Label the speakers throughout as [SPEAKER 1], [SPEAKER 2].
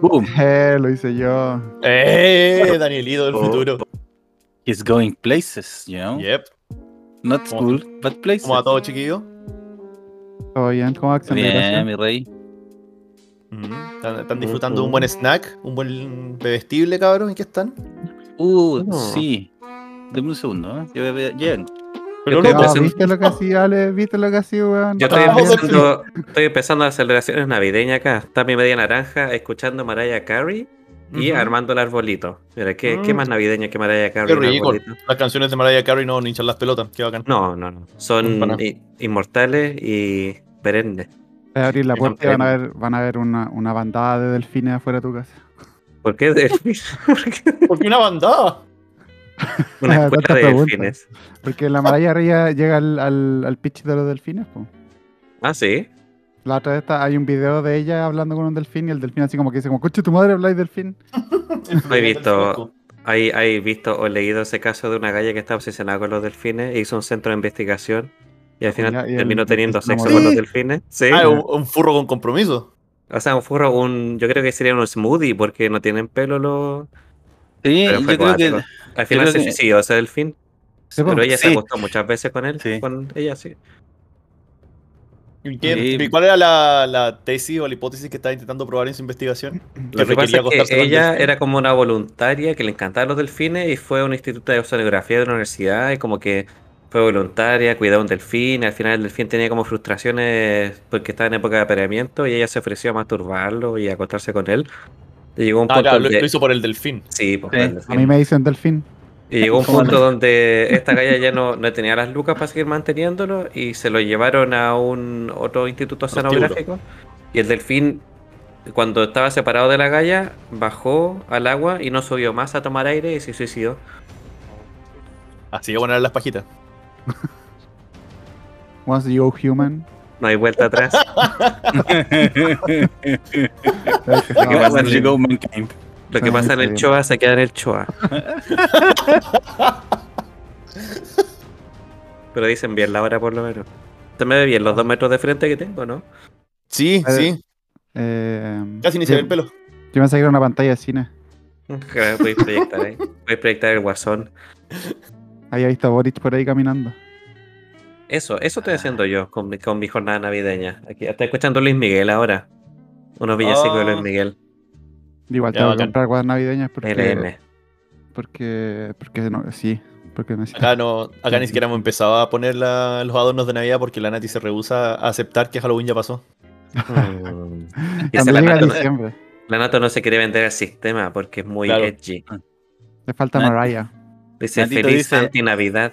[SPEAKER 1] tú.
[SPEAKER 2] Eh, lo hice yo.
[SPEAKER 3] ¡Eh! Danielito del
[SPEAKER 1] Oh.
[SPEAKER 3] futuro.
[SPEAKER 1] He's going places, you know.
[SPEAKER 3] Yep.
[SPEAKER 1] Not
[SPEAKER 3] ¿Cómo-
[SPEAKER 1] school, but places.
[SPEAKER 3] ¿Cómo va todo, chiquillo?
[SPEAKER 2] ¿Todo bien? ¿Cómo va acción de
[SPEAKER 1] Bien,
[SPEAKER 2] gracias?
[SPEAKER 1] mi rey.
[SPEAKER 3] ¿Están, están disfrutando de un buen snack? ¿Un buen bebestible, cabrón? ¿En qué están?
[SPEAKER 1] Uh,
[SPEAKER 4] Oh.
[SPEAKER 3] No.
[SPEAKER 1] sí. Deme un segundo, ¿eh? Yo voy a- llegan.
[SPEAKER 3] Pero
[SPEAKER 2] No, pues,
[SPEAKER 3] loco,
[SPEAKER 4] Estoy
[SPEAKER 2] ¿Viste lo que hacía, Ale? ¿Viste lo que hacía, weón?
[SPEAKER 4] Yo estoy
[SPEAKER 3] Ah, vamos a ver
[SPEAKER 4] empezando, estoy empezando las celebraciones navideñas acá. Está mi media naranja escuchando Mariah Carey y
[SPEAKER 3] Ujú.
[SPEAKER 4] armando el arbolito. Mira, ¿qué, qué
[SPEAKER 3] Mm.
[SPEAKER 4] más navideña que Mariah Carey?
[SPEAKER 3] qué
[SPEAKER 4] un
[SPEAKER 3] rico.
[SPEAKER 4] arbolito?
[SPEAKER 3] Las canciones de Mariah Carey no hinchan las pelotas. Qué bacán.
[SPEAKER 4] No, no, no.
[SPEAKER 3] Mm, para
[SPEAKER 4] Son
[SPEAKER 3] nada.
[SPEAKER 4] i- inmortales y perennes.
[SPEAKER 2] Voy a abrir la
[SPEAKER 4] Sí,
[SPEAKER 2] puerta y van
[SPEAKER 4] también.
[SPEAKER 2] a ver, van a ver una, una bandada de delfines afuera de tu casa.
[SPEAKER 4] ¿Por qué delfines? ¿Por qué
[SPEAKER 3] ¿Por qué una bandada?
[SPEAKER 4] una
[SPEAKER 2] Tanta
[SPEAKER 4] escuela de
[SPEAKER 2] Ah, pregunta.
[SPEAKER 4] delfines?
[SPEAKER 2] Porque la Mariah Reyes llega al, al, al pitch de los delfines, po.
[SPEAKER 4] Ah, sí.
[SPEAKER 2] La otra vez está- hay un video de ella hablando con un delfín y el delfín así como que dice como, coche tu madre, habláis delfín.
[SPEAKER 4] No he visto, hay, hay visto o leído ese caso de una galla que está obsesionada con los delfines e hizo un centro de investigación y al final
[SPEAKER 2] Ya, y el
[SPEAKER 4] terminó teniendo
[SPEAKER 2] delfín
[SPEAKER 4] sexo
[SPEAKER 2] enamorado.
[SPEAKER 4] con los
[SPEAKER 3] Sí.
[SPEAKER 4] delfines. Sí.
[SPEAKER 3] Ah, un, un furro con compromiso.
[SPEAKER 4] O sea, un furro, un, yo creo que sería un smoothie porque no tienen pelo los...
[SPEAKER 1] Sí,
[SPEAKER 4] Pero
[SPEAKER 1] yo
[SPEAKER 4] fue
[SPEAKER 1] creo que.
[SPEAKER 4] cuático. Al final
[SPEAKER 1] creo
[SPEAKER 4] se
[SPEAKER 1] que-
[SPEAKER 4] suicidó ese delfín,
[SPEAKER 2] Sí, po.
[SPEAKER 4] pero ella se
[SPEAKER 1] sí.
[SPEAKER 4] acostó muchas veces con él,
[SPEAKER 1] Sí.
[SPEAKER 4] con ella sí.
[SPEAKER 3] ¿Y, quién-
[SPEAKER 1] Sí.
[SPEAKER 3] y cuál era la, la tesis o la hipótesis que estaba intentando probar en su investigación?
[SPEAKER 4] Lo que
[SPEAKER 3] requería
[SPEAKER 4] pasa es
[SPEAKER 3] acostarse
[SPEAKER 4] que
[SPEAKER 3] con
[SPEAKER 4] ella
[SPEAKER 3] delfines.
[SPEAKER 4] era como una voluntaria que le encantaban los delfines y fue a un instituto de oceanografía de la universidad y como que fue voluntaria, cuidaba un delfín, y al final el delfín tenía como frustraciones porque estaba en época de apareamiento y ella se ofreció a masturbarlo y a acostarse con él. Y llegó un
[SPEAKER 3] Ah,
[SPEAKER 4] punto
[SPEAKER 3] claro, lo,
[SPEAKER 4] donde...
[SPEAKER 3] lo hizo por el delfín.
[SPEAKER 1] Sí,
[SPEAKER 4] Sí, pues, por el
[SPEAKER 2] A
[SPEAKER 4] delfín.
[SPEAKER 2] mí me dicen delfín.
[SPEAKER 4] Y llegó un
[SPEAKER 1] ¿Cómo
[SPEAKER 4] punto
[SPEAKER 1] no?
[SPEAKER 4] donde esta galla ya no, no tenía las lucas para seguir manteniéndolo y se lo llevaron a un otro instituto
[SPEAKER 3] Prostíbulo.
[SPEAKER 4] oceanográfico. Y el delfín, cuando estaba separado de la galla, bajó al agua y no subió más a tomar aire y se suicidó.
[SPEAKER 3] Así que bueno eran las pajitas.
[SPEAKER 2] Once you go human.
[SPEAKER 4] No hay vuelta atrás.
[SPEAKER 2] Sabes que
[SPEAKER 4] que
[SPEAKER 2] estaba muy
[SPEAKER 4] pasa en el
[SPEAKER 2] bien.
[SPEAKER 1] Llegó Mankind.
[SPEAKER 4] Lo que pasa en el Choa se queda en el Choa. Pero dicen bien la hora por lo menos. Se me ve bien los dos metros de frente que tengo, ¿no?
[SPEAKER 3] Sí,
[SPEAKER 2] Eh,
[SPEAKER 3] sí.
[SPEAKER 2] Eh,
[SPEAKER 3] Casi ni se
[SPEAKER 2] yo-
[SPEAKER 3] ve el pelo.
[SPEAKER 2] Yo pensé que era una pantalla de cine.
[SPEAKER 4] Claro, Podéis proyectar ahí. Podéis proyectar el guasón.
[SPEAKER 2] Había visto a Boric por ahí caminando.
[SPEAKER 4] Eso, eso estoy haciendo yo con mi, con mi jornada navideña. Aquí, estoy escuchando Luis Miguel ahora. Unos villancicos de
[SPEAKER 3] Ah.
[SPEAKER 4] Luis Miguel.
[SPEAKER 2] Igual
[SPEAKER 3] Ya,
[SPEAKER 2] tengo que
[SPEAKER 3] bacán.
[SPEAKER 2] comprar guas navideñas porque,
[SPEAKER 4] LM.
[SPEAKER 2] porque, porque no, sí, porque necesito.
[SPEAKER 4] Ah,
[SPEAKER 3] Acá, no, acá ni siquiera hemos empezado a poner la- los adornos de Navidad porque la Nati se rehúsa a aceptar que Halloween ya pasó.
[SPEAKER 4] Mm. Dice
[SPEAKER 2] Cuando
[SPEAKER 4] la,
[SPEAKER 2] llega
[SPEAKER 4] Nato, no-
[SPEAKER 2] diciembre,
[SPEAKER 4] la Nato no se quiere vender al sistema porque es muy
[SPEAKER 3] Claro.
[SPEAKER 4] edgy.
[SPEAKER 2] le falta
[SPEAKER 4] Ah.
[SPEAKER 1] Nati.
[SPEAKER 2] Mariah.
[SPEAKER 4] Dice
[SPEAKER 1] Natito
[SPEAKER 4] feliz
[SPEAKER 1] dice-
[SPEAKER 4] anti-navidad.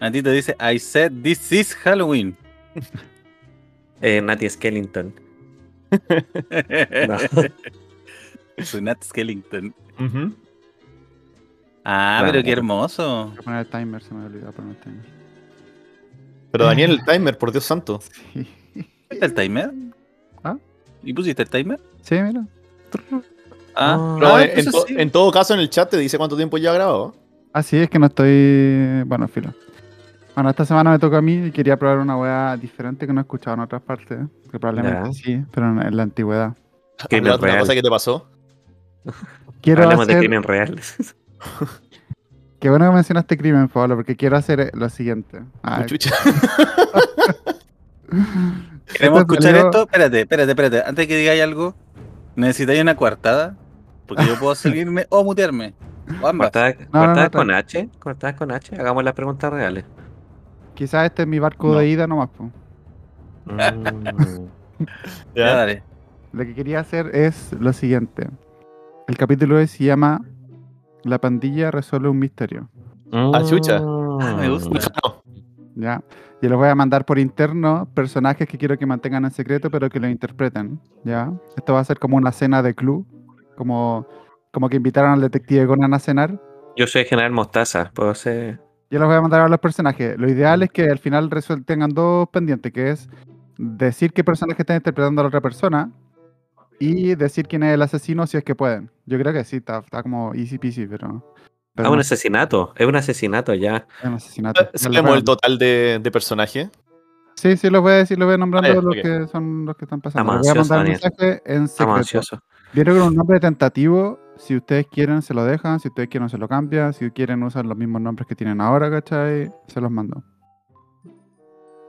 [SPEAKER 1] Natito dice, I said this is Halloween.
[SPEAKER 4] Eh, Nati Skellington. No.
[SPEAKER 1] Su Nat Skellington.
[SPEAKER 3] Ujú.
[SPEAKER 1] Ah,
[SPEAKER 4] Claro.
[SPEAKER 1] pero qué hermoso.
[SPEAKER 2] Voy a poner el timer, se me olvidó poner el timer.
[SPEAKER 3] Pero Daniel, el timer, por Dios santo.
[SPEAKER 2] Sí,
[SPEAKER 1] ¿Está el timer?
[SPEAKER 2] ¿Ah?
[SPEAKER 1] ¿Y pusiste el timer?
[SPEAKER 2] Sí, mira.
[SPEAKER 1] Ah,
[SPEAKER 3] Pero
[SPEAKER 1] ah,
[SPEAKER 3] eh, en, en
[SPEAKER 1] entonces
[SPEAKER 3] to-
[SPEAKER 1] sí.
[SPEAKER 3] en todo caso, en el chat te dice cuánto tiempo ya grabado.
[SPEAKER 2] Así Ah, es que no estoy. Bueno, filo. Bueno, esta semana me toca a mí y quería probar una weá diferente que no he escuchado en otras partes. Que probablemente
[SPEAKER 4] Ya.
[SPEAKER 2] sí, pero en, en la antigüedad.
[SPEAKER 4] Crimen
[SPEAKER 3] Habla de una
[SPEAKER 4] real.
[SPEAKER 3] cosa que te pasó.
[SPEAKER 2] Quiero
[SPEAKER 4] Hablemos de
[SPEAKER 2] hacer.
[SPEAKER 4] crimen real.
[SPEAKER 2] Qué bueno que mencionaste crimen, Pablo, porque quiero hacer eh, lo siguiente. Ah,
[SPEAKER 3] Chucha.
[SPEAKER 1] ¿Queremos
[SPEAKER 2] esto
[SPEAKER 1] escuchar
[SPEAKER 2] salió-
[SPEAKER 1] esto? Espérate, espérate, espérate. Antes que digáis algo, ¿necesitáis una coartada? Porque yo puedo salirme o mutearme. O ambas.
[SPEAKER 4] ¿Cortadas
[SPEAKER 2] no,
[SPEAKER 4] cortadas
[SPEAKER 2] no,
[SPEAKER 4] con H? ¿Cortadas con H? Hagamos las preguntas reales.
[SPEAKER 2] Quizás este es mi barco
[SPEAKER 1] No.
[SPEAKER 2] de ida nomás, po.
[SPEAKER 4] Mm.
[SPEAKER 1] Ya,
[SPEAKER 3] Ya.
[SPEAKER 1] dale.
[SPEAKER 2] Lo que quería hacer es lo siguiente. El capítulo de hoy se llama La pandilla resuelve un misterio.
[SPEAKER 3] Ah, chucha.
[SPEAKER 1] Ah,
[SPEAKER 4] Mm.
[SPEAKER 1] me gusta.
[SPEAKER 3] No,
[SPEAKER 2] ¿Ya? Yo les voy a mandar por interno personajes que quiero que mantengan en secreto, pero que lo interpreten. ¿Ya? Esto va a ser como una cena de club. Como, como que invitaron al detective Conan a cenar.
[SPEAKER 4] Yo soy general Mostaza. Puedo ser...
[SPEAKER 2] Yo les voy a mandar a los personajes. Lo ideal es que al final resuel- tengan dos pendientes, que es decir qué personaje están interpretando a la otra persona y decir quién es el asesino si es que pueden. Yo creo que sí, está, está como easy peasy, pero... pero
[SPEAKER 4] Ah, un
[SPEAKER 2] no,
[SPEAKER 4] asesinato. Es un asesinato ya.
[SPEAKER 2] es un asesinato. Ya lo
[SPEAKER 3] Sabemos
[SPEAKER 2] veo.
[SPEAKER 3] el total de, de personaje.
[SPEAKER 2] Sí, sí, los voy a decir, los voy nombrando
[SPEAKER 3] Ah, ya,
[SPEAKER 2] los
[SPEAKER 3] ok.
[SPEAKER 2] que son los que están pasando.
[SPEAKER 4] Estamos
[SPEAKER 2] Les voy a mandar un
[SPEAKER 4] ansiosos,
[SPEAKER 2] mensaje en
[SPEAKER 4] Estamos
[SPEAKER 2] secreto.
[SPEAKER 4] ansiosos.
[SPEAKER 2] Vieron con un nombre tentativo. Si ustedes quieren, se lo dejan. Si ustedes quieren, se lo cambian. Si quieren, usan los mismos nombres que tienen ahora, ¿cachai? Se los mando.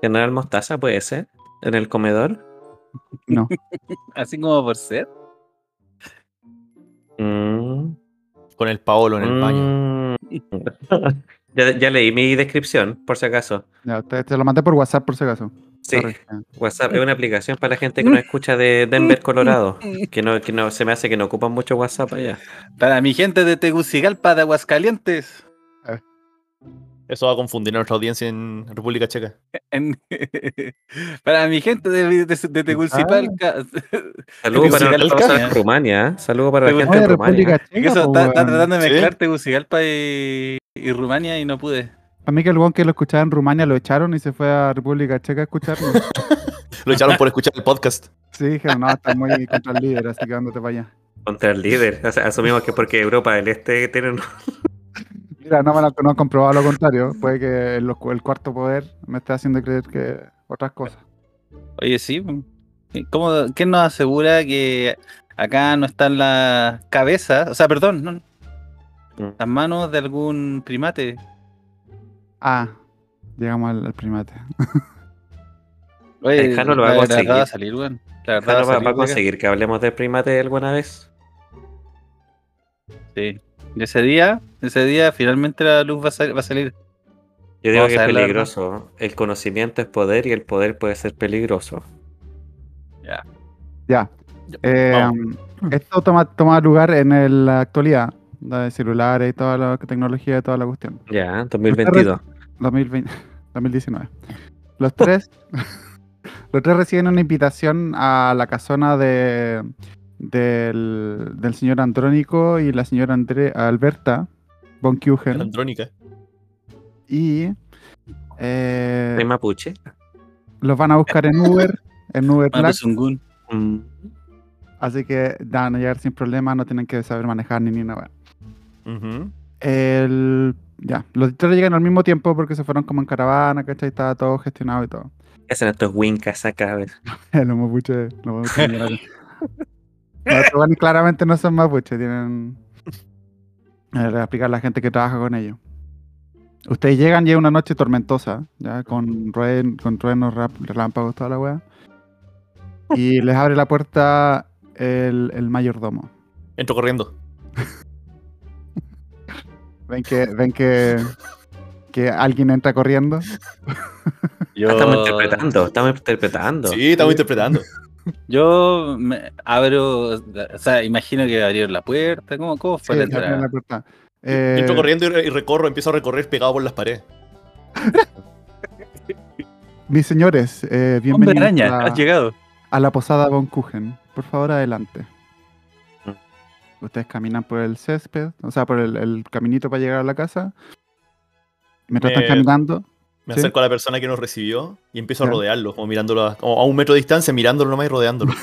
[SPEAKER 4] General Mostaza puede ser. En el comedor.
[SPEAKER 2] No.
[SPEAKER 1] Así como por ser.
[SPEAKER 4] Mm,
[SPEAKER 3] Con el Paolo en el baño.
[SPEAKER 4] mm. ya, ya leí mi descripción, por si acaso.
[SPEAKER 2] Ya, te, te lo mandé por WhatsApp, por si acaso.
[SPEAKER 4] Sí,
[SPEAKER 2] Sorry. Ah,
[SPEAKER 4] WhatsApp es una aplicación para la gente que no escucha de Denver, Colorado. Que no, que no se me hace que no ocupan mucho WhatsApp allá.
[SPEAKER 1] Para mi gente de Tegucigalpa, de Aguascalientes,
[SPEAKER 3] Eso va a confundir a nuestra audiencia en República Checa.
[SPEAKER 1] en- para mi gente de, de, de
[SPEAKER 4] Ah.
[SPEAKER 1] Tegucigalpa,
[SPEAKER 4] Saludos para la
[SPEAKER 1] Tegucigalpa.
[SPEAKER 4] persona en Rumania. ¿eh? Saludos para la
[SPEAKER 1] Oye,
[SPEAKER 4] gente
[SPEAKER 2] Oye,
[SPEAKER 4] en Rumania.
[SPEAKER 2] República
[SPEAKER 1] Es
[SPEAKER 2] Checa.
[SPEAKER 1] que eso,
[SPEAKER 2] po,
[SPEAKER 4] pues,
[SPEAKER 1] está, está
[SPEAKER 2] weón.
[SPEAKER 1] tratando de
[SPEAKER 3] ¿Sí?
[SPEAKER 1] mezclar Tegucigalpa y, y Rumania y no pude.
[SPEAKER 2] A mí que el weón que lo escuchaba en Rumania lo echaron y se fue a República Checa a escucharlo.
[SPEAKER 3] Lo echaron por escuchar el podcast.
[SPEAKER 2] Sí, dijeron, no, está muy contra el líder, así que ándate para allá.
[SPEAKER 4] ¿eh? Contra el líder. O sea, asumimos que porque Europa del Este tienen.
[SPEAKER 2] Mira, no me lo- no han comprobado lo contrario. Puede que el, el cuarto poder me esté haciendo creer que otras cosas.
[SPEAKER 1] Oye, sí. pues. ¿Cómo, ¿Quién nos asegura que acá no están las cabezas, o sea, perdón, no,
[SPEAKER 4] Mm.
[SPEAKER 1] las manos de algún primate?
[SPEAKER 2] Ah, llegamos al, al primate.
[SPEAKER 1] Oye,
[SPEAKER 4] El Jano lo va a
[SPEAKER 1] la verdad
[SPEAKER 4] conseguir.
[SPEAKER 1] va a salir, weón. La verdad
[SPEAKER 4] Claro,
[SPEAKER 1] va a salir
[SPEAKER 4] va, va a
[SPEAKER 1] de acá.
[SPEAKER 4] conseguir que hablemos de primate alguna vez.
[SPEAKER 1] Sí. Y ese día, ese día finalmente la luz va a, sal- va a salir.
[SPEAKER 4] Yo digo
[SPEAKER 1] Vamos
[SPEAKER 4] que
[SPEAKER 1] a
[SPEAKER 4] es
[SPEAKER 1] ver la-
[SPEAKER 4] peligroso. El conocimiento es poder y el poder puede ser peligroso.
[SPEAKER 2] Ya.
[SPEAKER 3] Ya,
[SPEAKER 2] Eh, esto toma, toma lugar en el- la actualidad, la de celulares y toda la tecnología y toda la cuestión.
[SPEAKER 4] Ya, 2022.
[SPEAKER 2] 2020, 2019. Los tres, los tres reciben una invitación a la casona de, del, del señor Andrónico y la señora Andre, Alberta von
[SPEAKER 3] La
[SPEAKER 2] Kuchen.
[SPEAKER 3] Andrónica.
[SPEAKER 2] Y eh,
[SPEAKER 4] ¿Hay mapuche?
[SPEAKER 2] los van a buscar en Uber, en Uber
[SPEAKER 1] Mando
[SPEAKER 2] Black.
[SPEAKER 1] Sungun.
[SPEAKER 4] Mm.
[SPEAKER 2] Así que van a llegar sin problema, no tienen que saber manejar ni ni nada.
[SPEAKER 3] Ujú.
[SPEAKER 2] El... Ya, los tres llegan al mismo tiempo porque se fueron como en caravana, ¿cachai? Estaba todo gestionado y todo.
[SPEAKER 4] ¿Qué hacen estos wincas acá?
[SPEAKER 2] los mapuches, los mapuches ignorantes. No, estos güeyes claramente no son mapuches, tienen... A ver, le voy a explicar a la gente que trabaja con ellos. Ustedes llegan y es una noche tormentosa, ya, con, ruen- con truenos, rap- relámpagos, toda la weá. Y les abre la puerta el, el mayordomo.
[SPEAKER 3] Entro corriendo.
[SPEAKER 2] Ven que, ven que, que alguien entra corriendo.
[SPEAKER 1] Yo,
[SPEAKER 4] Ah, Estamos interpretando, estamos interpretando.
[SPEAKER 3] Sí,
[SPEAKER 1] Eh,
[SPEAKER 3] estamos interpretando.
[SPEAKER 1] yo me abro, o sea, imagino que abrieron la puerta. ¿Cómo, cómo fue
[SPEAKER 2] Sí,
[SPEAKER 1] la
[SPEAKER 2] le abren
[SPEAKER 1] entrada?
[SPEAKER 2] la puerta. Eh,
[SPEAKER 3] Entro corriendo y, re- y recorro, empiezo a recorrer pegado por las paredes.
[SPEAKER 2] mis señores, eh,
[SPEAKER 1] Hombre
[SPEAKER 2] bienvenidos
[SPEAKER 1] araña,
[SPEAKER 2] a,
[SPEAKER 1] has llegado.
[SPEAKER 2] a la posada Von Kuchen. Por favor, adelante.
[SPEAKER 4] Mm.
[SPEAKER 2] Ustedes caminan por el césped, o sea, por el, el caminito para llegar a la casa. Mientras
[SPEAKER 3] Me-
[SPEAKER 2] están caminando,
[SPEAKER 3] Me
[SPEAKER 2] Sí.
[SPEAKER 3] acerco a la persona que nos recibió y empiezo a
[SPEAKER 2] Ya.
[SPEAKER 3] rodearlo, como mirándolo a, como a un metro de distancia, mirándolo nomás y rodeándolo.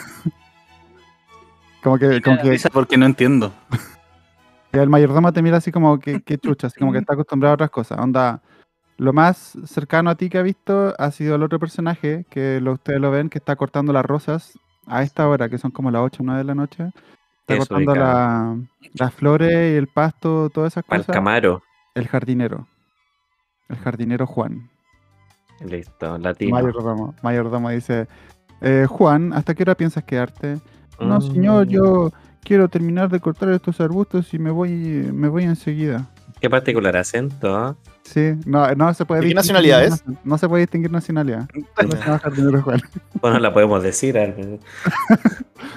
[SPEAKER 2] como que, como
[SPEAKER 1] Me da
[SPEAKER 2] que
[SPEAKER 1] risa porque no entiendo.
[SPEAKER 2] el mayordomo te mira así como que, que chucha, así como que está acostumbrado a otras cosas. Onda, lo más cercano a ti que ha visto ha sido el otro personaje, que lo, ustedes lo ven, que está cortando las rosas a esta hora, que son como las 8 o 9 de la noche. Está
[SPEAKER 4] Eso,
[SPEAKER 2] cortando la- las flores y el pasto, todas esas
[SPEAKER 4] Al
[SPEAKER 2] cosas.
[SPEAKER 4] camaro.
[SPEAKER 2] El jardinero. El jardinero Juan.
[SPEAKER 4] Listo, latino.
[SPEAKER 2] Mayordomo. Mayordomo dice, "Eh, Juan, ¿hasta qué hora piensas quedarte? No,
[SPEAKER 4] Mm.
[SPEAKER 2] señor, yo quiero terminar de cortar estos arbustos y me voy, me voy enseguida.
[SPEAKER 4] Qué particular acento. ¿eh?
[SPEAKER 2] Sí, no, no se puede
[SPEAKER 3] ¿De qué
[SPEAKER 2] distinguir
[SPEAKER 3] nacionalidad es?
[SPEAKER 2] nación- No se puede distinguir nacionalidad. Solo se llama jardinero Juan.
[SPEAKER 4] Bueno, la podemos decir. ¿eh? al-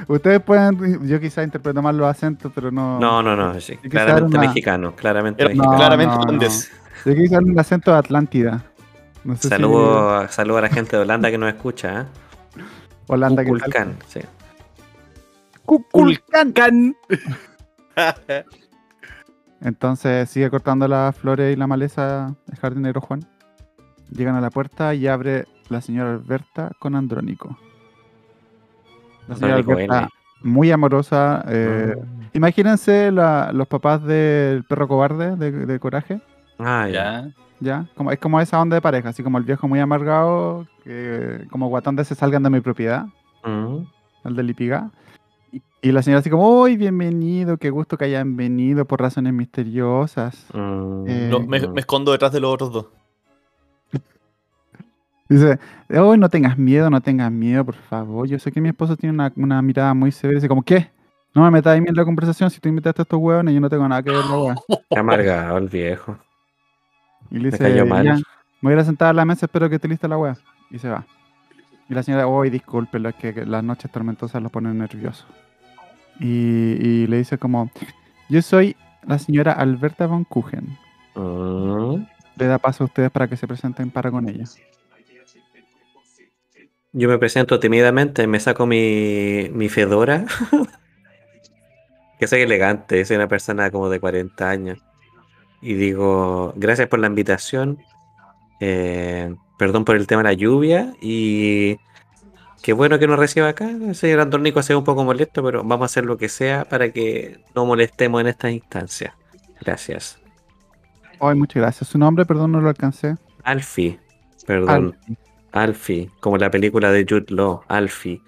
[SPEAKER 2] Ustedes pueden, yo quizá interpreto mal los acentos, pero no.
[SPEAKER 4] No, no, no. sí,
[SPEAKER 2] que ser
[SPEAKER 4] Claramente
[SPEAKER 2] una-
[SPEAKER 4] mexicano. Claramente
[SPEAKER 3] Era
[SPEAKER 4] mexicano.
[SPEAKER 3] claramente
[SPEAKER 2] no, no.
[SPEAKER 3] holandés.
[SPEAKER 2] Yo quizá un acento de Atlántida. No sé si
[SPEAKER 4] Saludo, a- saludo a la gente de Holanda que nos escucha. ¿eh?
[SPEAKER 2] Holanda que tal.
[SPEAKER 4] Kukulkan, sí.
[SPEAKER 2] Kukulkan.
[SPEAKER 1] Can.
[SPEAKER 2] Entonces sigue cortando las flores y la maleza el jardinero Juan. Llegan a la puerta y abre la señora Alberta con Andrónico. La señora
[SPEAKER 4] Andrónico
[SPEAKER 2] Alberta,
[SPEAKER 4] N.
[SPEAKER 2] muy amorosa. eh, Imagínense la- los papás del perro cobarde de, de Coraje,
[SPEAKER 4] Ah, ya.
[SPEAKER 1] Ya.
[SPEAKER 2] ¿ya? Como, es como esa onda de pareja, así como el viejo muy amargado, que, como guatón de se salgan de mi propiedad,
[SPEAKER 4] Mm.
[SPEAKER 2] el del Ipigá. Y- Y la señora así como, uy, bienvenido, qué gusto que hayan venido por razones misteriosas.
[SPEAKER 4] Mm,
[SPEAKER 2] Eh,
[SPEAKER 3] No, me, me escondo detrás de los otros dos.
[SPEAKER 2] Dice, uy, no tengas miedo, no tengas miedo, por favor. Yo sé que mi esposo tiene una, una mirada muy severa. Dice como, ¿qué? No me metas ahí en la conversación si tú invitaste a estos hueones, yo no tengo nada que ver, la hueá".
[SPEAKER 4] qué amargado el viejo.
[SPEAKER 2] Y le
[SPEAKER 4] Me
[SPEAKER 2] dice,
[SPEAKER 4] cayó
[SPEAKER 2] "Ya,
[SPEAKER 4] mal.
[SPEAKER 2] me voy a ir a sentar a la mesa, espero que esté lista la hueá. Y se va. Y la señora, uy, discúlpelo, es que que las noches tormentosas lo ponen nervioso. Y, y le dice como, yo soy la señora Alberta von Kuchen.
[SPEAKER 4] Mm.
[SPEAKER 2] Le da paso a ustedes para que se presenten para con ella.
[SPEAKER 4] Yo me presento tímidamente, me saco mi, mi fedora. que soy elegante, soy una persona como de 40 años. Y digo, gracias por la invitación. eh, perdón por el tema de la lluvia. Y qué bueno que nos reciba acá. El señor Andornico se ve un poco molesto, pero vamos a hacer lo que sea para que no molestemos en estas instancias. Gracias.
[SPEAKER 2] Ay, muchas gracias. Su nombre, perdón, no lo alcancé.
[SPEAKER 4] Alfie, perdón. Alfie, como la película de Jude Law, Alfie.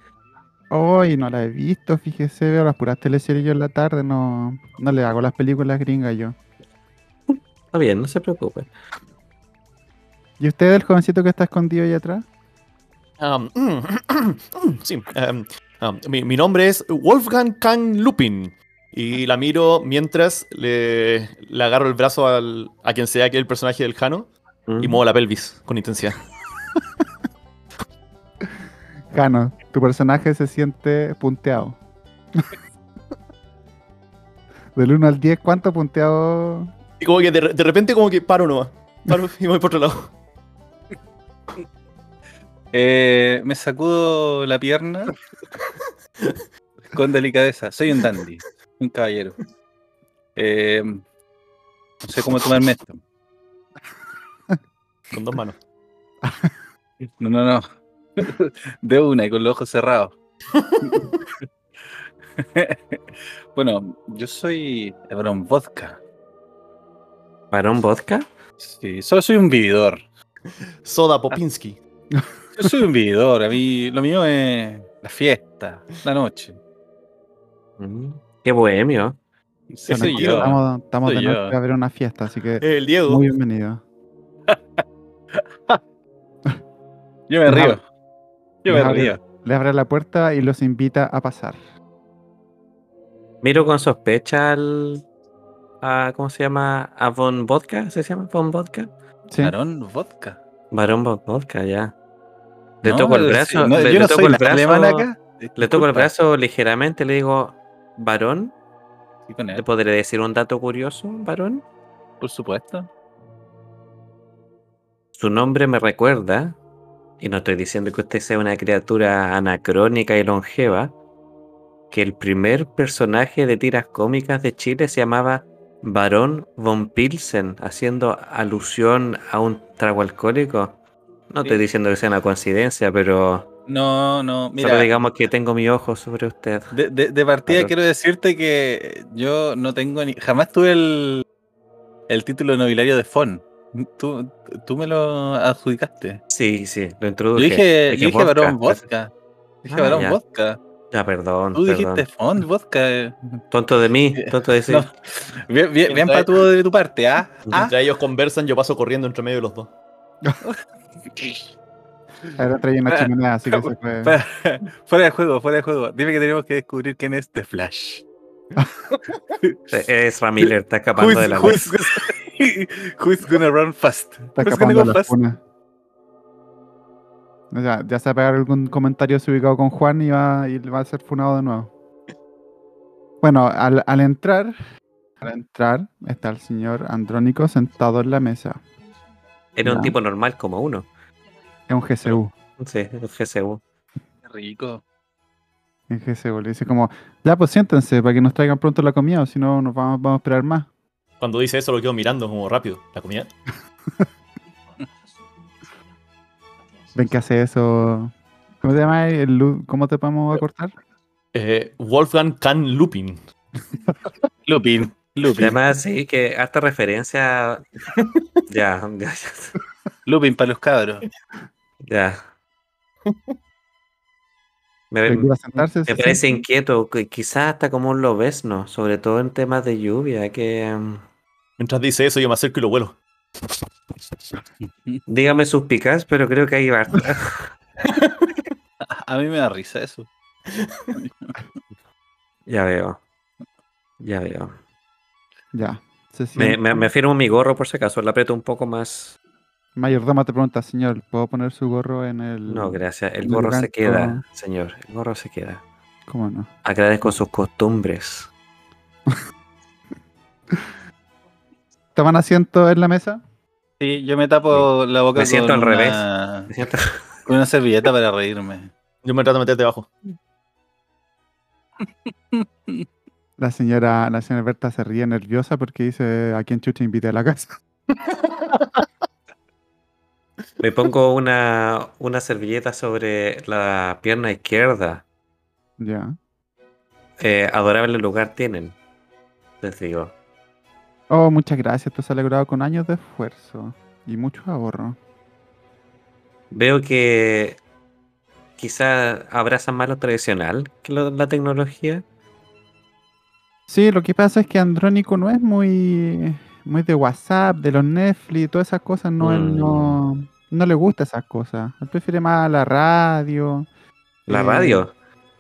[SPEAKER 2] Hoy no la he visto, fíjese, veo las puras teleseries yo en la tarde, no, no le hago las películas gringas yo.
[SPEAKER 4] Está bien, no se preocupe.
[SPEAKER 2] ¿Y usted, el jovencito que está escondido ahí atrás?
[SPEAKER 3] Um, sí, um, um, mi, mi nombre es Wolfgang Kang Lupin. Y la miro mientras le, le agarro el brazo al- a quien sea que el personaje del Jano y
[SPEAKER 4] Mm.
[SPEAKER 3] muevo la pelvis con intensidad.
[SPEAKER 2] Jano, tu personaje se siente punteado. Del 1 al 10, ¿cuánto punteado?
[SPEAKER 3] Y como que de, re- de repente como que paro nomás. Paro y me voy por otro lado.
[SPEAKER 1] Eh, me sacudo la pierna con delicadeza. Soy un dandy, un caballero. Eh, no sé cómo tomarme esto.
[SPEAKER 3] Con dos manos.
[SPEAKER 1] No, no, no. De una y con los ojos cerrados. bueno, yo soy Ebron Vodka.
[SPEAKER 4] ¿Varón vodka?
[SPEAKER 1] Sí, solo soy un vividor.
[SPEAKER 3] Soda Popinski.
[SPEAKER 1] Yo soy un vividor. A mí lo mío es la fiesta, la noche.
[SPEAKER 4] Mm, Qué bohemio.
[SPEAKER 1] Ese soy
[SPEAKER 2] Bueno,
[SPEAKER 1] yo.
[SPEAKER 2] Estamos, estamos de
[SPEAKER 1] Soy yo.
[SPEAKER 2] noche a ver una fiesta, así que
[SPEAKER 3] El Diego.
[SPEAKER 2] Ah. muy bienvenido.
[SPEAKER 1] Yo me
[SPEAKER 2] Ajá.
[SPEAKER 1] río. Yo me
[SPEAKER 2] Ajá.
[SPEAKER 1] río.
[SPEAKER 2] Le abre la puerta y los invita a pasar.
[SPEAKER 4] Miro con sospecha al. a- ¿Cómo se llama? ¿A Von Vodka? ¿Se llama Von Vodka?
[SPEAKER 2] ¿Sí?
[SPEAKER 1] Varón Vodka.
[SPEAKER 4] Varón Von Vodka, ya. Le
[SPEAKER 1] No,
[SPEAKER 4] toco el
[SPEAKER 1] sí,
[SPEAKER 4] brazo.
[SPEAKER 1] no,
[SPEAKER 4] le,
[SPEAKER 1] yo
[SPEAKER 4] le
[SPEAKER 1] no
[SPEAKER 4] toco
[SPEAKER 1] soy
[SPEAKER 4] el
[SPEAKER 1] la
[SPEAKER 4] brazo
[SPEAKER 1] alemana acá.
[SPEAKER 4] le toco el
[SPEAKER 1] Disculpa.
[SPEAKER 4] brazo ligeramente, le digo, varón,
[SPEAKER 1] Sí, con él,
[SPEAKER 4] ¿te podré decir un dato curioso, varón?
[SPEAKER 1] por supuesto.
[SPEAKER 4] Su nombre me recuerda, y no estoy diciendo que usted sea una criatura anacrónica y longeva, que el primer personaje de tiras cómicas de Chile se llamaba Barón von Pilsen, haciendo alusión a un trago alcohólico. No estoy
[SPEAKER 1] Sí.
[SPEAKER 4] diciendo que sea una coincidencia, pero
[SPEAKER 1] No, no, mira.
[SPEAKER 4] solo digamos que tengo mi ojo sobre usted.
[SPEAKER 1] De, de- de partida
[SPEAKER 4] Varón.
[SPEAKER 1] quiero decirte que yo no tengo ni. Jamás tuve el, el título nobiliario de FON. Tú, tú me lo adjudicaste.
[SPEAKER 4] Sí, sí, lo
[SPEAKER 1] Yo
[SPEAKER 4] introduje.
[SPEAKER 1] dije, yo dije
[SPEAKER 4] vodka,
[SPEAKER 1] varón
[SPEAKER 4] pero-
[SPEAKER 1] vodka. Dije
[SPEAKER 4] Ah,
[SPEAKER 1] varón
[SPEAKER 4] ya.
[SPEAKER 1] vodka.
[SPEAKER 4] Ah, perdón,
[SPEAKER 1] Tú
[SPEAKER 4] perdón.
[SPEAKER 1] dijiste FON vodka. eh.
[SPEAKER 4] Tonto de mí, tonto de sí.
[SPEAKER 1] No. Bien, bien, bien patudo de tu parte, ¿ah? ¿Ah?
[SPEAKER 3] Mientras ellos conversan, yo paso corriendo entre medio de los dos.
[SPEAKER 2] Ahora trae
[SPEAKER 1] Ah,
[SPEAKER 2] una chimenea, así que se fue.
[SPEAKER 1] Fuera, fuera de juego, fuera de juego. Dime que tenemos que descubrir quién es The Flash.
[SPEAKER 4] Es Ramiller, está escapando eh, de la
[SPEAKER 1] Who's, who's- who's gonna run fast?
[SPEAKER 2] Está
[SPEAKER 1] Who's gonna
[SPEAKER 2] escapando
[SPEAKER 1] go
[SPEAKER 2] la
[SPEAKER 1] fast?
[SPEAKER 2] funa. O sea, ya se va a pegar algún comentario desubicado con Juan y va, y va a ser funado de nuevo. Bueno, al, al entrar, al entrar está el señor Andrónico sentado en la mesa.
[SPEAKER 4] Era un
[SPEAKER 2] Ya.
[SPEAKER 4] tipo normal como uno.
[SPEAKER 2] Es un GCU.
[SPEAKER 4] Sí, el GCU.
[SPEAKER 1] Qué Rico.
[SPEAKER 2] Es GCU. Le dice como, ya pues siéntense para que nos traigan pronto la comida o si no nos vamos, vamos a esperar más.
[SPEAKER 3] Cuando dice eso lo quedo mirando como rápido. La comida.
[SPEAKER 2] Ven que hace eso. ¿Cómo te llamas? El Lu- ¿Cómo te podemos acortar?
[SPEAKER 3] Eh, Wolfgang Kang Lupin.
[SPEAKER 1] Lupin. Lupin.
[SPEAKER 4] Además, sí, que harta referencia. a- ya, ya,
[SPEAKER 1] Lupin para los cabros.
[SPEAKER 4] ya. Me,
[SPEAKER 2] Pero iba a sentarse,
[SPEAKER 4] me
[SPEAKER 2] sí.
[SPEAKER 4] parece inquieto, que quizás hasta como un lobesno, sobre todo en temas de lluvia, que... em,
[SPEAKER 3] Mientras dice eso, yo me acerco y lo vuelo.
[SPEAKER 4] Dígame suspicaz, pero creo que hay harta.
[SPEAKER 1] A mí me da risa eso.
[SPEAKER 4] Ya veo. Ya veo.
[SPEAKER 2] Ya. Se
[SPEAKER 4] Me,
[SPEAKER 2] sienta.
[SPEAKER 4] me, me firmo mi gorro por si acaso, la aprieto un poco más.
[SPEAKER 2] Mayordoma te pregunta, señor, ¿puedo poner su gorro en el...?
[SPEAKER 4] No, gracias. El
[SPEAKER 2] El
[SPEAKER 4] gorro se
[SPEAKER 2] gancho.
[SPEAKER 4] queda, señor. El gorro se queda.
[SPEAKER 2] ¿Cómo no?
[SPEAKER 4] Agradezco sus costumbres.
[SPEAKER 2] ¿Toman asiento en la mesa?
[SPEAKER 1] Sí, yo me tapo la boca
[SPEAKER 4] Me siento
[SPEAKER 1] con
[SPEAKER 4] al revés.
[SPEAKER 1] una-
[SPEAKER 4] ¿Me siento?
[SPEAKER 1] con una servilleta para reírme.
[SPEAKER 3] Yo me trato de meter debajo.
[SPEAKER 2] La señora, la señora Berta se ríe nerviosa porque dice, ¿a quién chucha invité a la casa?
[SPEAKER 4] Me pongo una, una servilleta sobre la pierna izquierda.
[SPEAKER 2] Ya.
[SPEAKER 4] Eh, adorable lugar tienen. Les digo.
[SPEAKER 2] Oh, muchas gracias, esto se ha logrado con años de esfuerzo y mucho ahorro.
[SPEAKER 4] Veo que quizás abrazan más lo tradicional que lo- la tecnología.
[SPEAKER 2] Sí, lo que pasa es que Andrónico no es muy, muy de WhatsApp, de los Netflix, todas esas cosas, no, él
[SPEAKER 4] Mm.
[SPEAKER 2] no, no le gusta esas cosas. Él prefiere más la radio.
[SPEAKER 4] La
[SPEAKER 2] eh,
[SPEAKER 4] radio.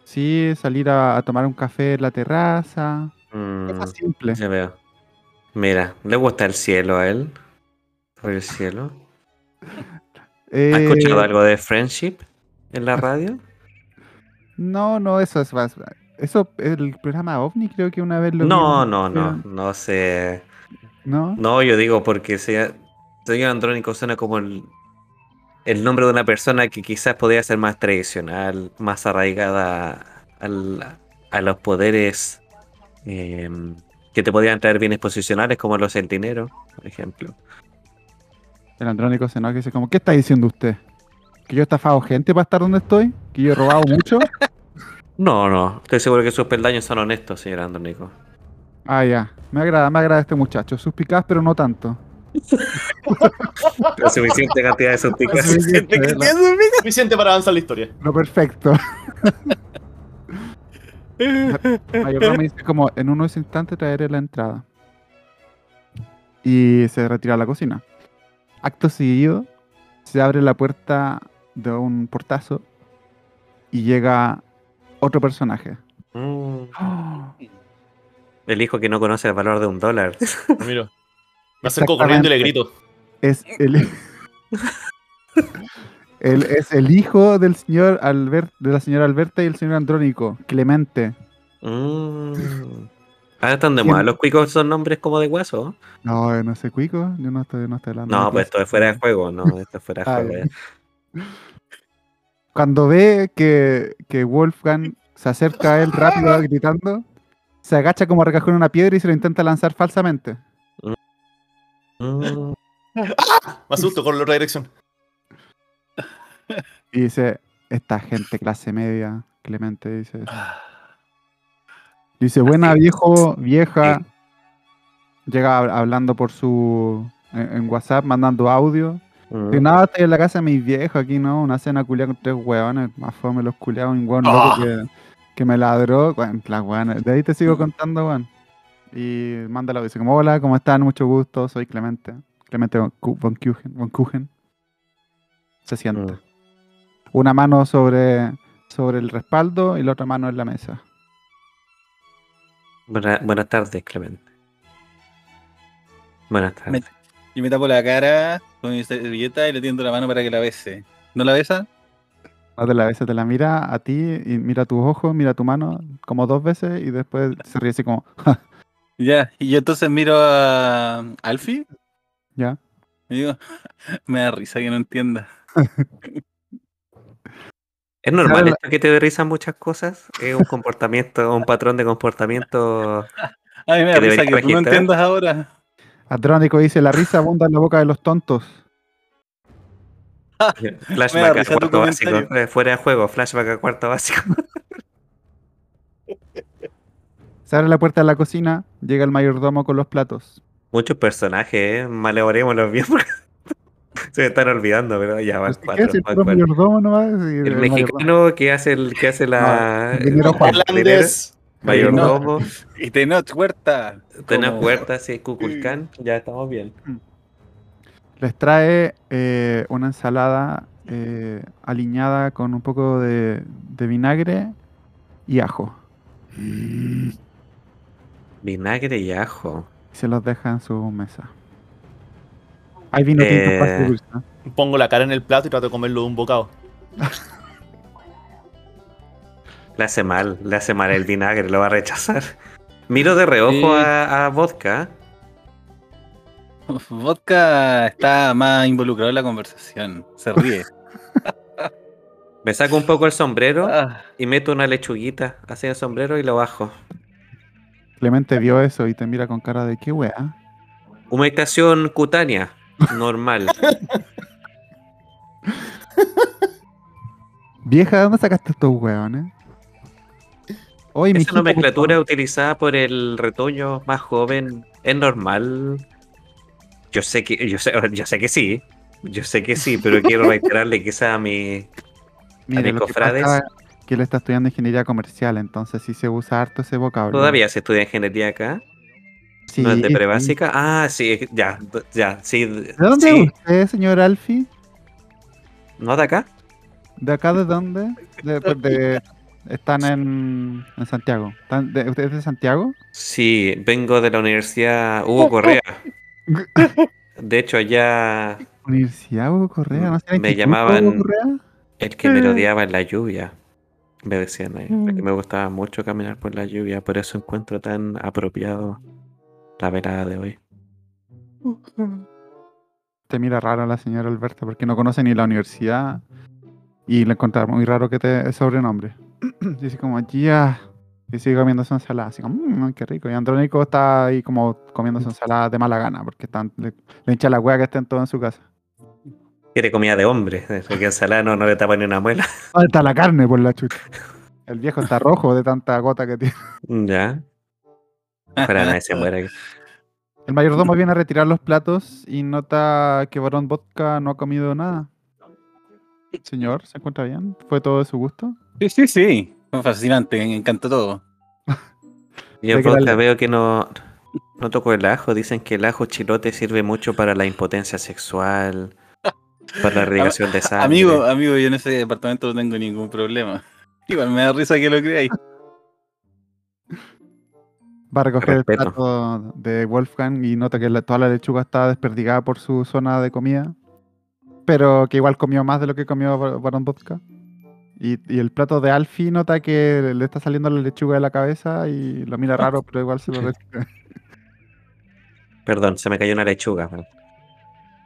[SPEAKER 2] Sí, salir a, a tomar un café en la terraza.
[SPEAKER 4] Mm.
[SPEAKER 2] Cosas simples.
[SPEAKER 4] Ya veo. Mira, le gusta el cielo a él. Por el cielo. ¿Ha
[SPEAKER 2] Eh, Ah,
[SPEAKER 4] escuchado algo de Friendship en la radio?
[SPEAKER 2] No, no, eso es más. Eso, el programa OVNI creo que una vez lo
[SPEAKER 4] No,
[SPEAKER 2] vimos,
[SPEAKER 4] no,
[SPEAKER 2] pero-
[SPEAKER 4] no. No sé.
[SPEAKER 2] ¿No?
[SPEAKER 4] No, yo digo porque sea. Señor Andrónico suena como el, el nombre de una persona que quizás podría ser más tradicional, más arraigada al- a los poderes eh, que te podían traer bienes posicionales, como los centineros, por ejemplo.
[SPEAKER 2] El Andrónico se enoja y dice como, ¿qué está diciendo usted? ¿Que yo he estafado gente para estar donde estoy? ¿Que yo he robado mucho?
[SPEAKER 4] No, no. Estoy seguro que sus peldaños son honestos, señor Andrónico.
[SPEAKER 2] Ah, ya. Me agrada, me agrada este muchacho. Suspicaz, pero no tanto.
[SPEAKER 4] La suficiente cantidad de
[SPEAKER 2] Lo
[SPEAKER 4] suspicacias.
[SPEAKER 2] suficiente, lo-
[SPEAKER 3] Suficiente para avanzar la historia.
[SPEAKER 2] Lo perfecto. Mayordomo me dice como, en unos instantes traeré la entrada. Y se retira a la cocina. Acto seguido, se abre la puerta de un portazo y llega otro personaje.
[SPEAKER 4] Mm, El hijo que no conoce el valor de un dólar.
[SPEAKER 3] Me miro. Me acerco corriendo y le grito.
[SPEAKER 2] es el Él es el hijo del señor Albert, de la señora Alberta y el señor Andrónico, Clemente.
[SPEAKER 4] Mm. Ahora están de
[SPEAKER 2] ¿Quién?
[SPEAKER 4] moda. Los cuicos son nombres como de hueso.
[SPEAKER 2] No, eh, no sé, Cuico, yo no estoy, no estoy hablando.
[SPEAKER 4] No,
[SPEAKER 2] de
[SPEAKER 4] pues
[SPEAKER 2] cosas.
[SPEAKER 4] esto es fuera de juego. No, esto es fuera de
[SPEAKER 2] Ah,
[SPEAKER 4] juego.
[SPEAKER 2] ya.
[SPEAKER 4] eh.
[SPEAKER 2] Cuando ve que, que Wolfgang se acerca a él rápido gritando, se agacha como recajó en una piedra y se lo intenta lanzar falsamente.
[SPEAKER 4] Mm.
[SPEAKER 3] Me asusto con la otra dirección.
[SPEAKER 2] Y dice, esta gente clase media, Clemente dice. eso. Dice, buena viejo, vieja. Llega hab- hablando por su. En, en WhatsApp, mandando audio.
[SPEAKER 4] Mm.
[SPEAKER 2] Dice, no, estoy en la casa de mis viejos aquí, ¿no? Una cena culiada con tres hueones. Más fome los culiados, un hueón loco
[SPEAKER 3] Ah.
[SPEAKER 2] que, que me ladró. Bueno, las hueones. De ahí te sigo contando, hueón. Y manda el audio. Dice, como, hola, ¿cómo están? Mucho gusto, soy Clemente. Clemente von Cu- von Kuchen. Von Kuchen. Se sienta
[SPEAKER 4] Mm.
[SPEAKER 2] una mano sobre, sobre el respaldo y la otra mano en la mesa.
[SPEAKER 4] mm. Buena- buenas tardes, Clemente. Buenas tardes.
[SPEAKER 1] Yo me tapo la cara con mi servilleta y le tiendo la mano para que la bese. ¿No la besa?
[SPEAKER 2] No te la veces te la mira a ti y mira tus ojos, mira tu mano como dos veces y después se ríe así como, "Ja,
[SPEAKER 1] Ya, y yo entonces miro a Alfie
[SPEAKER 2] ya.
[SPEAKER 1] y digo, me da risa que no entienda.
[SPEAKER 4] ¿Es normal
[SPEAKER 2] Claro,
[SPEAKER 4] esto que te dé risa muchas cosas? ¿Es un comportamiento, un patrón de comportamiento?
[SPEAKER 1] A mí me da
[SPEAKER 4] ¿Que
[SPEAKER 1] risa que
[SPEAKER 4] debería
[SPEAKER 1] tú no
[SPEAKER 4] registrar?
[SPEAKER 1] entiendas ahora.
[SPEAKER 2] Andrónico dice, la risa abunda en la boca de los tontos.
[SPEAKER 4] Flashback a
[SPEAKER 1] risa tu
[SPEAKER 4] cuarto básico.
[SPEAKER 1] comentario.
[SPEAKER 4] Eh, Fuera de juego, flashback a cuarto básico.
[SPEAKER 2] Se abre la puerta de la cocina, llega el mayordomo con los platos.
[SPEAKER 4] Muchos personajes, ¿eh? Malevorémoslos bien. porque- Se me están olvidando, ¿verdad? Ya van
[SPEAKER 2] Así que
[SPEAKER 4] cuatro.
[SPEAKER 2] si el
[SPEAKER 4] van
[SPEAKER 2] puro
[SPEAKER 4] cuatro.
[SPEAKER 2] mayordomo nomás, y
[SPEAKER 4] El
[SPEAKER 2] el
[SPEAKER 4] mexicano que hace, el, que hace la.
[SPEAKER 2] el dinero Juan.
[SPEAKER 3] Holandés.
[SPEAKER 4] Mayordomo.
[SPEAKER 1] Y Tenot Huerta.
[SPEAKER 4] Tenés
[SPEAKER 1] como-
[SPEAKER 4] puertas, sí, Cuculcán. Ya estamos bien.
[SPEAKER 2] Les trae eh, una ensalada eh, aliñada con un poco de, de vinagre y ajo.
[SPEAKER 4] Vinagre y ajo.
[SPEAKER 2] Y se los deja en su mesa. Hay vino tinto
[SPEAKER 4] Eh,
[SPEAKER 2] fácil dulce, ¿no?
[SPEAKER 3] Pongo la cara en el plato y trato de comerlo de un bocado.
[SPEAKER 4] Le hace mal, le hace mal el vinagre, lo va a rechazar. Miro de reojo
[SPEAKER 1] Sí.
[SPEAKER 4] a, a vodka.
[SPEAKER 1] Vodka está más involucrado en la conversación. Se ríe.
[SPEAKER 4] Me saco un poco el sombrero
[SPEAKER 1] Ah,
[SPEAKER 4] y meto una lechuguita así en el sombrero y lo bajo.
[SPEAKER 2] Clemente vio eso y te mira con cara de qué wea.
[SPEAKER 4] Humectación cutánea, normal.
[SPEAKER 2] Vieja, ¿de dónde sacaste estos weones? Oye,
[SPEAKER 4] Esa
[SPEAKER 2] mijito,
[SPEAKER 4] nomenclatura utilizada por el retoño más joven es normal. Yo sé que, yo sé, yo sé que sí. Yo sé que sí, pero quiero reiterarle quizá a mi.
[SPEAKER 2] mire,
[SPEAKER 4] mis
[SPEAKER 2] lo que
[SPEAKER 4] cofrades.
[SPEAKER 2] pasa es que él está estudiando ingeniería comercial, entonces sí se usa harto ese vocablo.
[SPEAKER 4] Todavía se estudia ingeniería acá.
[SPEAKER 2] Sí,
[SPEAKER 4] ¿No es de
[SPEAKER 2] sí.
[SPEAKER 4] prebásica? Ah, sí, ya, ya, sí.
[SPEAKER 2] ¿De dónde
[SPEAKER 4] sí.
[SPEAKER 2] es usted, señor Alfie?
[SPEAKER 4] ¿No de acá?
[SPEAKER 2] ¿De acá de dónde? De- pues, de- están en, en Santiago. ¿Están de- ¿Usted es de Santiago?
[SPEAKER 4] Sí, vengo de la Universidad Hugo Correa. De hecho, allá
[SPEAKER 2] Universidad Hugo Correa, ¿no será
[SPEAKER 4] Mm, Me
[SPEAKER 2] Instituto
[SPEAKER 4] llamaban-
[SPEAKER 2] Hugo Correa?
[SPEAKER 4] el que me rodeaba en la lluvia, me decían ahí,
[SPEAKER 2] Mm.
[SPEAKER 4] porque me gustaba mucho caminar por la lluvia, por eso encuentro tan apropiado la velada de hoy.
[SPEAKER 2] Te mira raro la señora Alberta porque no conoce ni la universidad y le encuentra muy raro que te el sobrenombre. Dice como, ya. Y sigue comiendo su ensalada, así como, mmm, qué rico. Y Andrónico está ahí como comiendo su ensalada de mala gana porque están, le, le hincha la hueá que estén todos en su casa.
[SPEAKER 4] Quiere comida de hombre, porque ensalada no, no le tapa ni una muela.
[SPEAKER 2] Falta la carne por la chucha. El viejo está rojo de tanta gota que tiene.
[SPEAKER 4] Ya. Para nadie se muera.
[SPEAKER 2] El mayordomo viene a retirar los platos y nota que Barón Vodka no ha comido nada. Señor, ¿se encuentra bien? ¿Fue todo de su gusto?
[SPEAKER 1] sí, sí, sí. Fue fascinante. Me encantó todo.
[SPEAKER 4] Yo
[SPEAKER 2] Hay que
[SPEAKER 4] vodka
[SPEAKER 2] darle.
[SPEAKER 4] veo que no, no toco el ajo. Dicen que el ajo chilote sirve mucho para la impotencia sexual, para la irrigación de sangre.
[SPEAKER 1] Amigo, amigo, yo en ese departamento no tengo ningún problema. Igual me da risa que lo creáis.
[SPEAKER 2] Va a recoger el
[SPEAKER 4] respeto.
[SPEAKER 2] plato de Wolfgang y nota que la- toda la lechuga está desperdigada por su zona de comida, pero que igual comió más de lo que comió Bar- Barón Vodka. Y, y el plato de Alfie nota que le está saliendo la lechuga de la cabeza y lo mira raro, pero igual se lo recibe.
[SPEAKER 4] Perdón, se me cayó una lechuga. man.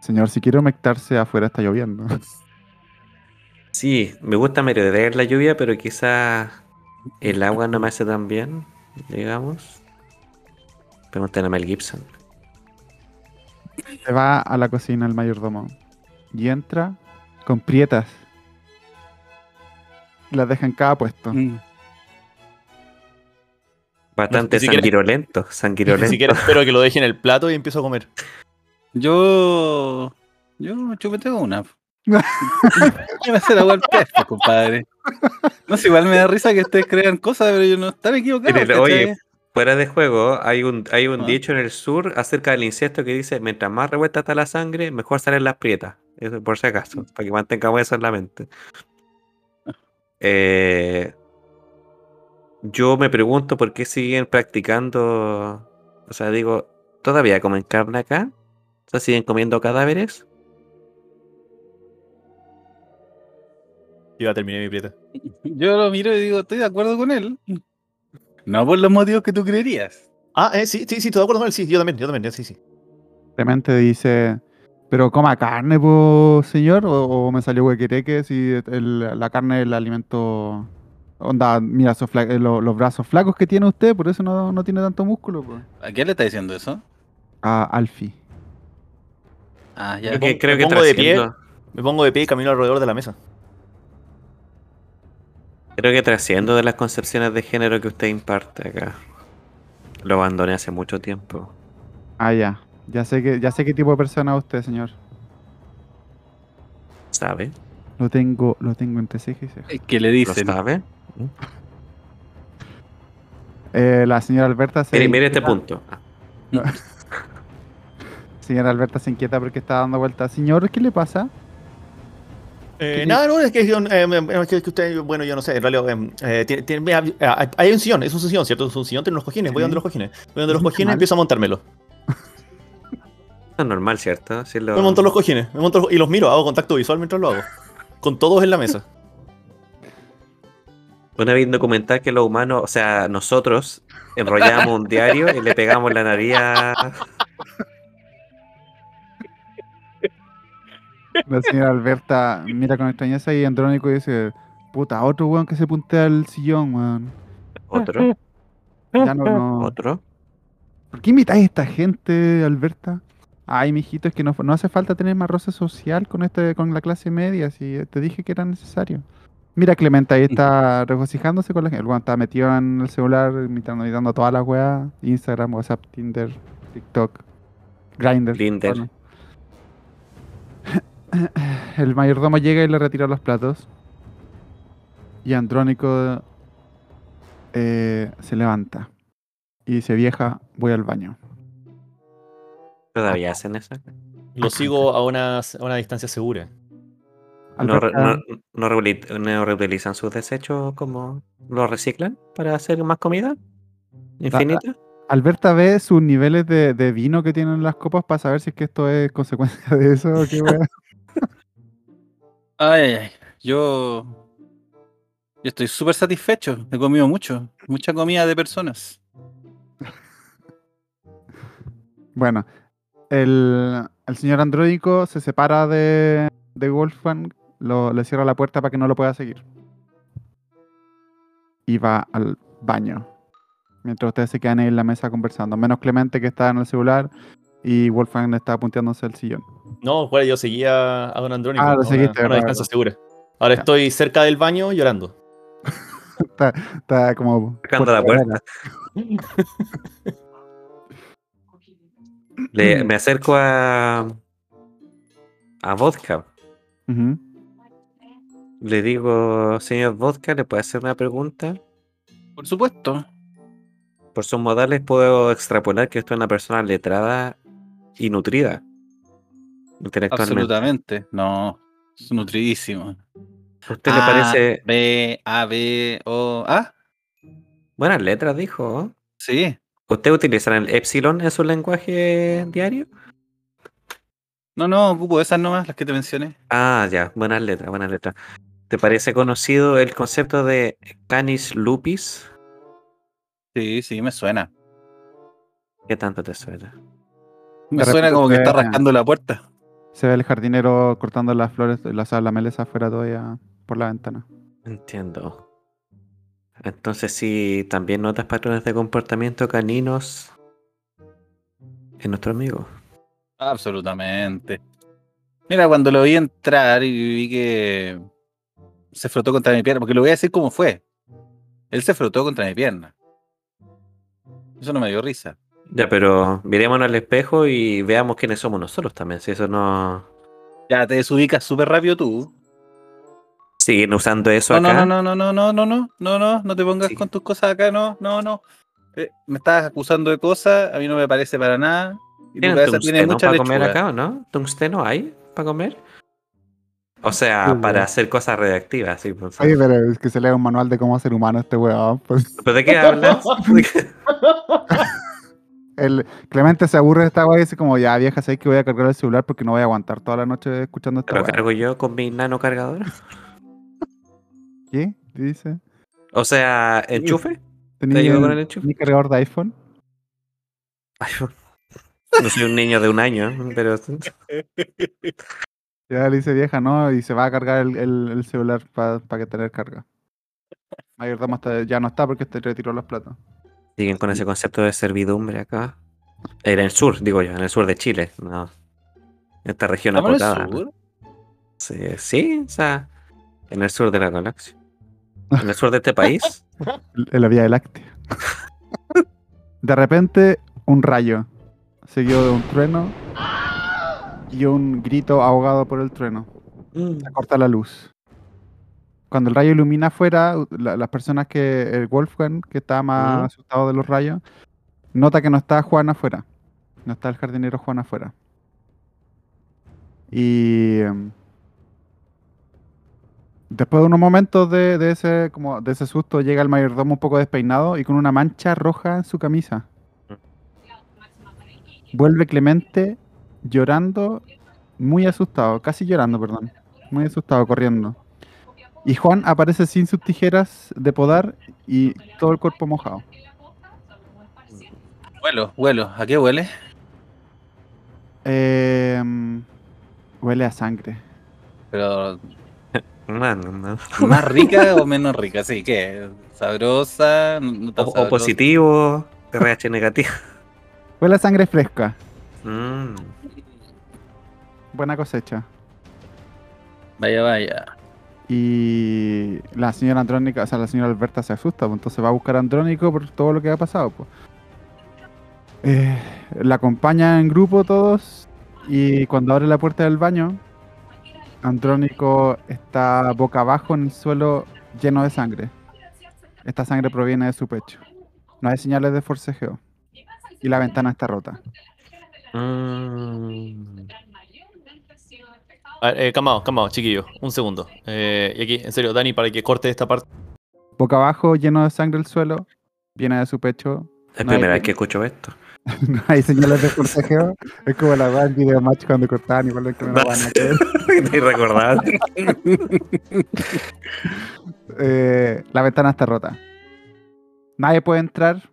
[SPEAKER 2] Señor, si quiere humectarse afuera está lloviendo.
[SPEAKER 4] Sí, me gusta merodear la lluvia, pero quizás el agua no me hace tan bien, digamos. Pregúntale a Mel Gibson.
[SPEAKER 2] Se va a la cocina el mayordomo y entra con prietas. Las deja en cada
[SPEAKER 4] Ah.
[SPEAKER 2] puesto.
[SPEAKER 1] Mm.
[SPEAKER 4] Bastante
[SPEAKER 3] siquiera-
[SPEAKER 4] sanguirolento, sanguirolento.
[SPEAKER 3] Ni siquiera espero que lo deje en el plato y empiezo a comer.
[SPEAKER 1] Yo. Yo me chupeteo una. Yo me hace la hueá al pez, pues, compadre. No sé, igual me da risa que ustedes crean cosas, pero yo no están equivocados.
[SPEAKER 4] Pero, oye,
[SPEAKER 1] ¿cachai?
[SPEAKER 4] Fuera de juego, hay un, hay un
[SPEAKER 1] Ah.
[SPEAKER 4] dicho en el sur acerca del incesto que dice, mientras más revuelta está la sangre, mejor salen las prietas. Eso por si acaso, para que mantengamos eso en la mente. Eh, yo me pregunto por qué siguen practicando, o sea, digo, ¿todavía comen carne acá? O sea, ¿siguen comiendo cadáveres?
[SPEAKER 3] Y ya terminé mi prieta.
[SPEAKER 1] Yo lo miro y digo, estoy de acuerdo con él. No por los motivos que tú creerías.
[SPEAKER 3] Ah, eh, sí, sí, sí, estoy de acuerdo con él. Sí, yo también, yo también, sí, sí.
[SPEAKER 2] Clemente dice, pero coma carne, po, señor, o, o me salió huequereque si el- la carne es el alimento... Onda, mira esos fla- eh, lo- los brazos flacos que tiene usted, por eso no, no tiene tanto músculo. po".
[SPEAKER 1] ¿A quién le está diciendo eso?
[SPEAKER 2] A Alfie.
[SPEAKER 1] Ah, ya.
[SPEAKER 4] Creo que, creo
[SPEAKER 3] me
[SPEAKER 4] que
[SPEAKER 3] pongo de
[SPEAKER 4] trasciendo-
[SPEAKER 3] Me pongo de pie y camino alrededor de la mesa.
[SPEAKER 4] Creo que trasciendo de las concepciones de género que usted imparte acá. Lo abandoné hace mucho tiempo.
[SPEAKER 2] Ah, ya. Ya sé, que, ya sé qué tipo de persona es usted, señor.
[SPEAKER 4] sabe.
[SPEAKER 2] Lo tengo, lo tengo entre ceja y ceja.
[SPEAKER 1] Es que le
[SPEAKER 4] Lo
[SPEAKER 1] dicen.
[SPEAKER 4] sabe.
[SPEAKER 2] Eh, la señora Alberta se.
[SPEAKER 4] Mire, mire este punto. Ah,
[SPEAKER 2] Señora Alberta se inquieta porque está dando vueltas. Señor, ¿qué le pasa?
[SPEAKER 3] Eh,
[SPEAKER 2] ¿Qué
[SPEAKER 3] nada, no, es que, yo, eh, eh, es que usted, bueno, yo no sé, en realidad, eh, eh, tiene- tiene- vea, ah, hay un sillón, es un sillón, ¿cierto? Es un sillón, tiene unos cojines, voy
[SPEAKER 2] Sí.
[SPEAKER 3] donde los cojines, voy donde los
[SPEAKER 2] Mal.
[SPEAKER 3] cojines, empiezo a montármelo.
[SPEAKER 4] Esto es normal, ¿cierto? Así lo-
[SPEAKER 3] Me monto los cojines, me monto los- y los miro, hago contacto visual mientras lo hago. Con todos en la mesa.
[SPEAKER 4] Una vez vi un documental que los humanos, o sea, nosotros enrollábamos un diario y le pegamos la nariz a...
[SPEAKER 2] La señora Alberta mira con extrañeza y Andrónico dice: Puta, otro weón que se puntea al sillón, weón.
[SPEAKER 4] Otro,
[SPEAKER 2] Ya no, no.
[SPEAKER 4] otro.
[SPEAKER 2] ¿Por qué imitáis a esta gente, Alberta? Ay, mijito, es que no, no hace falta tener más roce social con este, con la clase media, si eh, te dije que era necesario. Mira, Clementa ahí está regocijándose con la gente. El weón está metido en el celular, imitando, imitando a todas las weas. Instagram, WhatsApp, Tinder, TikTok, Grindr.
[SPEAKER 4] Grindr.
[SPEAKER 2] bueno. El mayordomo llega y le retira los platos. Y Andrónico eh, se levanta. Y dice, vieja, voy al baño.
[SPEAKER 4] Todavía hacen eso.
[SPEAKER 3] Lo sigo a una, a una distancia segura.
[SPEAKER 4] No, re-
[SPEAKER 2] Alberta-
[SPEAKER 4] no, no reuli- no reutilizan sus desechos como los reciclan para hacer más comida infinita.
[SPEAKER 2] Alberta ve sus niveles de, de vino que tienen las copas para saber si es que esto es consecuencia de eso o qué wea.
[SPEAKER 1] Ay, ay, ay. Yo. Yo estoy súper satisfecho. He comido mucho. Mucha comida de personas.
[SPEAKER 2] Bueno, el, el señor andróico se separa de, de Wolfgang, lo- le cierra la puerta para que no lo pueda seguir. Y va al baño. Mientras ustedes se quedan ahí en la mesa conversando. Menos Clemente que está en el celular y Wolfgang está apunteándose al sillón.
[SPEAKER 3] No, bueno, yo seguía a Don Andrónico
[SPEAKER 2] Ah, lo
[SPEAKER 3] a una-
[SPEAKER 2] seguiste,
[SPEAKER 3] a una,
[SPEAKER 2] verdad,
[SPEAKER 3] distancia segura. Ahora estoy cerca del baño llorando.
[SPEAKER 2] Está como...
[SPEAKER 4] Tocando la puerta. Le- me acerco a. a Vodka.
[SPEAKER 2] Ujú.
[SPEAKER 4] Le digo, señor Vodka, ¿le puedo hacer una pregunta?
[SPEAKER 1] Por supuesto.
[SPEAKER 4] Por sus modales puedo extrapolar que esto es una persona letrada y nutrida. Intelectualmente.
[SPEAKER 1] Absolutamente. No. Es nutridísimo.
[SPEAKER 4] ¿A usted
[SPEAKER 1] Ah.
[SPEAKER 4] le parece
[SPEAKER 1] B, A, B, O. Ah,
[SPEAKER 4] buenas letras, dijo?
[SPEAKER 1] sí.
[SPEAKER 4] ¿Usted utilizará el epsilon en su lenguaje diario?
[SPEAKER 1] No, no, ocupo esas nomás, las que te mencioné.
[SPEAKER 4] Ah, ya, buenas letras, buenas letras. ¿Te parece conocido el concepto de canis lupis?
[SPEAKER 1] Sí, sí, me suena.
[SPEAKER 4] ¿Qué tanto te suena?
[SPEAKER 1] Me
[SPEAKER 2] De
[SPEAKER 1] suena
[SPEAKER 2] repente
[SPEAKER 1] como que está
[SPEAKER 2] suena.
[SPEAKER 1] rascando la puerta.
[SPEAKER 2] Se ve el jardinero cortando las flores, las, la meleza afuera todavía por la ventana.
[SPEAKER 4] Entiendo. Entonces, si también notas patrones de comportamiento caninos en nuestro amigo.
[SPEAKER 1] Absolutamente. Mira, cuando lo vi entrar y vi que se frotó contra mi pierna, porque lo voy a decir cómo fue. Él se frotó contra mi pierna. Eso no me dio risa.
[SPEAKER 4] Ya, pero mirémonos al espejo y veamos quiénes somos nosotros también. Si eso no.
[SPEAKER 1] Ya te desubicas súper rápido tú.
[SPEAKER 4] Siguen usando eso
[SPEAKER 1] No,
[SPEAKER 4] acá.
[SPEAKER 1] no, no, no, no, no, no, no, no, no, no, no te pongas
[SPEAKER 4] Sí.
[SPEAKER 1] con tus cosas acá, no, no, no. Eh, me estás acusando de cosas, a mí no me parece para nada. Y tu
[SPEAKER 4] ¿Tienen
[SPEAKER 1] cabeza tiene
[SPEAKER 4] tungsteno
[SPEAKER 1] mucha
[SPEAKER 4] para comer
[SPEAKER 1] lechuga.
[SPEAKER 4] acá o no? ¿Tungsteno hay para comer? O sea,
[SPEAKER 2] Sí,
[SPEAKER 4] para
[SPEAKER 2] ya.
[SPEAKER 4] hacer cosas redactivas. Sí, pues.
[SPEAKER 2] Oye, pero es que se lee un manual de cómo hacer humano este weón. pues.
[SPEAKER 4] ¿Pero de qué hablas? ¿De qué?
[SPEAKER 2] el Clemente se aburre de esta weá y dice como, ya vieja, sé que voy a cargar el celular porque no voy a aguantar toda la noche escuchando
[SPEAKER 4] ¿Te
[SPEAKER 2] esta
[SPEAKER 4] ¿Lo
[SPEAKER 2] weá".
[SPEAKER 4] cargo yo con mi nano cargador?
[SPEAKER 2] ¿Qué? Dice.
[SPEAKER 4] O sea, enchufe. ¿Te
[SPEAKER 2] ¿Tenía
[SPEAKER 4] ayudo con el enchufe?
[SPEAKER 2] tenía cargador de iPhone?
[SPEAKER 4] Ay, No soy un niño de un año, pero
[SPEAKER 2] Ya le dice vieja, no, y se va a cargar el, el- el celular para que tener carga. Mayordomo está- ya no está porque te retiró los platos.
[SPEAKER 4] siguen con ese concepto de servidumbre acá. Era en el sur, digo yo, en el sur de Chile. No. Esta región
[SPEAKER 1] Estamos en Ah, el
[SPEAKER 4] acotada. ¿no?
[SPEAKER 1] sur.
[SPEAKER 4] Sí, sí, o sea, en el sur de la galaxia. En el sur de este país.
[SPEAKER 2] L- En la vía láctea. De repente, un rayo, seguido de un trueno y un grito ahogado por el trueno.
[SPEAKER 4] Mm.
[SPEAKER 2] se corta la luz. Cuando el rayo ilumina afuera, la- las personas que. El Wolfgang, que está más
[SPEAKER 4] Ujú.
[SPEAKER 2] asustado de los rayos, nota que no está Juan afuera. No está el jardinero Juan afuera. Y. em, Después de unos momentos de, de ese, como de ese susto, llega el mayordomo un poco despeinado y con una mancha roja en su camisa. Vuelve Clemente llorando, muy asustado, casi llorando, perdón. Muy asustado, corriendo. Y Juan aparece sin sus tijeras de podar y todo el cuerpo mojado.
[SPEAKER 1] Vuelo, vuelo. ¿A qué huele?
[SPEAKER 2] Em, huele a sangre.
[SPEAKER 1] Pero
[SPEAKER 4] Mano, no.
[SPEAKER 1] más rica o menos rica, sí, que sabrosa, no, no
[SPEAKER 4] O,
[SPEAKER 1] tan
[SPEAKER 4] o
[SPEAKER 1] sabrosa.
[SPEAKER 4] positivo, RH negativo.
[SPEAKER 2] Huele a sangre fresca.
[SPEAKER 4] Mm.
[SPEAKER 2] Buena cosecha.
[SPEAKER 1] Vaya, vaya.
[SPEAKER 2] Y la señora Andrónica, o sea, la señora Alberta se asusta, pues, entonces va a buscar a Andrónico por todo lo que ha pasado. pues. Eh, la acompaña en grupo todos y cuando abre la puerta del baño, Andrónico está boca abajo en el suelo lleno de sangre. Esta sangre proviene de su pecho. No hay señales de forcejeo y la ventana está rota.
[SPEAKER 4] Mm.
[SPEAKER 3] A ver, eh, calmado, calmado, chiquillo, un segundo. Eh, y aquí, en serio, Dani, para que corte esta parte.
[SPEAKER 2] Boca abajo, lleno de sangre el suelo, viene de su pecho.
[SPEAKER 4] Es
[SPEAKER 2] No hay
[SPEAKER 4] primera vez
[SPEAKER 2] que-
[SPEAKER 4] que escucho esto.
[SPEAKER 2] No hay señales de forcejeo. es como la weá en video match cuando cortaban igual que me la van a creer.
[SPEAKER 4] Estoy recordando.
[SPEAKER 2] Eh, la ventana está rota. Nadie puede entrar,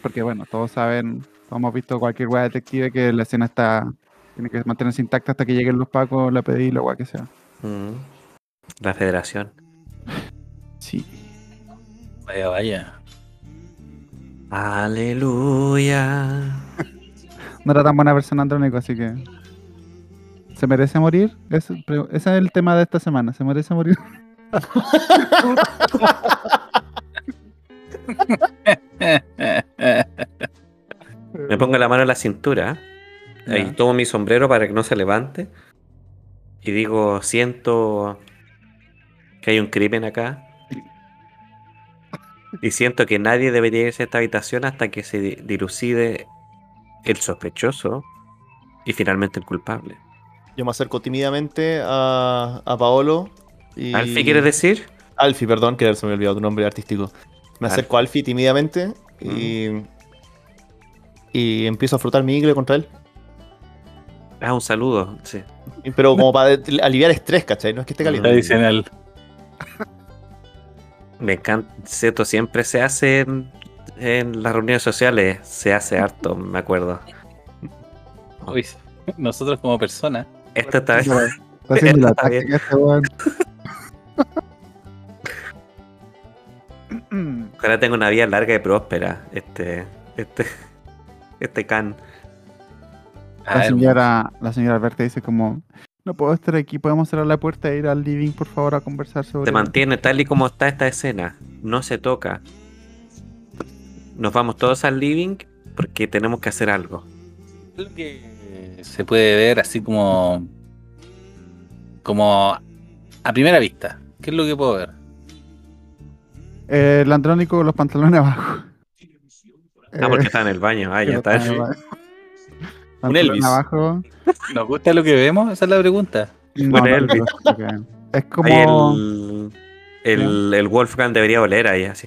[SPEAKER 2] porque bueno, todos saben, todos hemos visto cualquier weá detective que la escena está. Tiene que mantenerse intacta hasta que lleguen los pacos, la pedí, la weá que sea.
[SPEAKER 4] Mm. La federación.
[SPEAKER 2] Sí.
[SPEAKER 1] Vaya, vaya.
[SPEAKER 4] Aleluya.
[SPEAKER 2] No era tan buena persona Andrónico, así que. ¿Se merece morir? Es- pre- ese es el tema de esta semana. ¿Se merece morir?
[SPEAKER 4] Me pongo la mano en la cintura
[SPEAKER 2] Ya.
[SPEAKER 4] y tomo mi sombrero para que no se levante. Y digo, siento que hay un crimen acá. Y siento que nadie debería irse a esta habitación hasta que se di- dilucide el sospechoso y finalmente el culpable.
[SPEAKER 3] Yo me acerco tímidamente a, a Paolo. Y...
[SPEAKER 4] Alfie, ¿quieres decir?
[SPEAKER 3] Alfie, perdón, que se me olvidó tu nombre artístico. Me
[SPEAKER 4] Alfie.
[SPEAKER 3] acerco a Alfie tímidamente y. Y empiezo a frotar mi ingle contra él.
[SPEAKER 4] Ah, un saludo. Sí.
[SPEAKER 3] Y- Pero como para de- aliviar estrés, ¿cachai? No es que esté caliente.
[SPEAKER 1] Tradicional.
[SPEAKER 4] Me encanta, esto siempre se hace en, en las reuniones sociales, se hace harto, me acuerdo.
[SPEAKER 1] Uy, nosotros como personas.
[SPEAKER 4] Esto está
[SPEAKER 2] Está haciendo la
[SPEAKER 4] Está bien.
[SPEAKER 2] táctica este weón.
[SPEAKER 4] Ojalá tenga una vida larga y próspera, este, este, este can.
[SPEAKER 1] A
[SPEAKER 2] La
[SPEAKER 1] ver,
[SPEAKER 2] señora, la señora Alberta dice como, no puedo estar aquí, podemos cerrar la puerta e ir al living, por favor, a conversar sobre...
[SPEAKER 4] Se mantiene tal y como está esta escena, no se toca. Nos vamos todos al living porque tenemos que hacer algo.
[SPEAKER 1] lo que se puede ver así como como a primera vista qué es lo que puedo ver
[SPEAKER 2] Eh, el andrónico con los pantalones abajo. Eh,
[SPEAKER 4] Ah, porque está en el baño, ah, ya está.
[SPEAKER 2] Un
[SPEAKER 3] Elvis.
[SPEAKER 2] abajo.
[SPEAKER 1] nos gusta lo que vemos esa es la pregunta
[SPEAKER 2] No, no,
[SPEAKER 4] Elvis.
[SPEAKER 2] no, ok. Es
[SPEAKER 4] Ahí
[SPEAKER 2] como...
[SPEAKER 4] el, el, el Wolfgang debería oler ahí, así.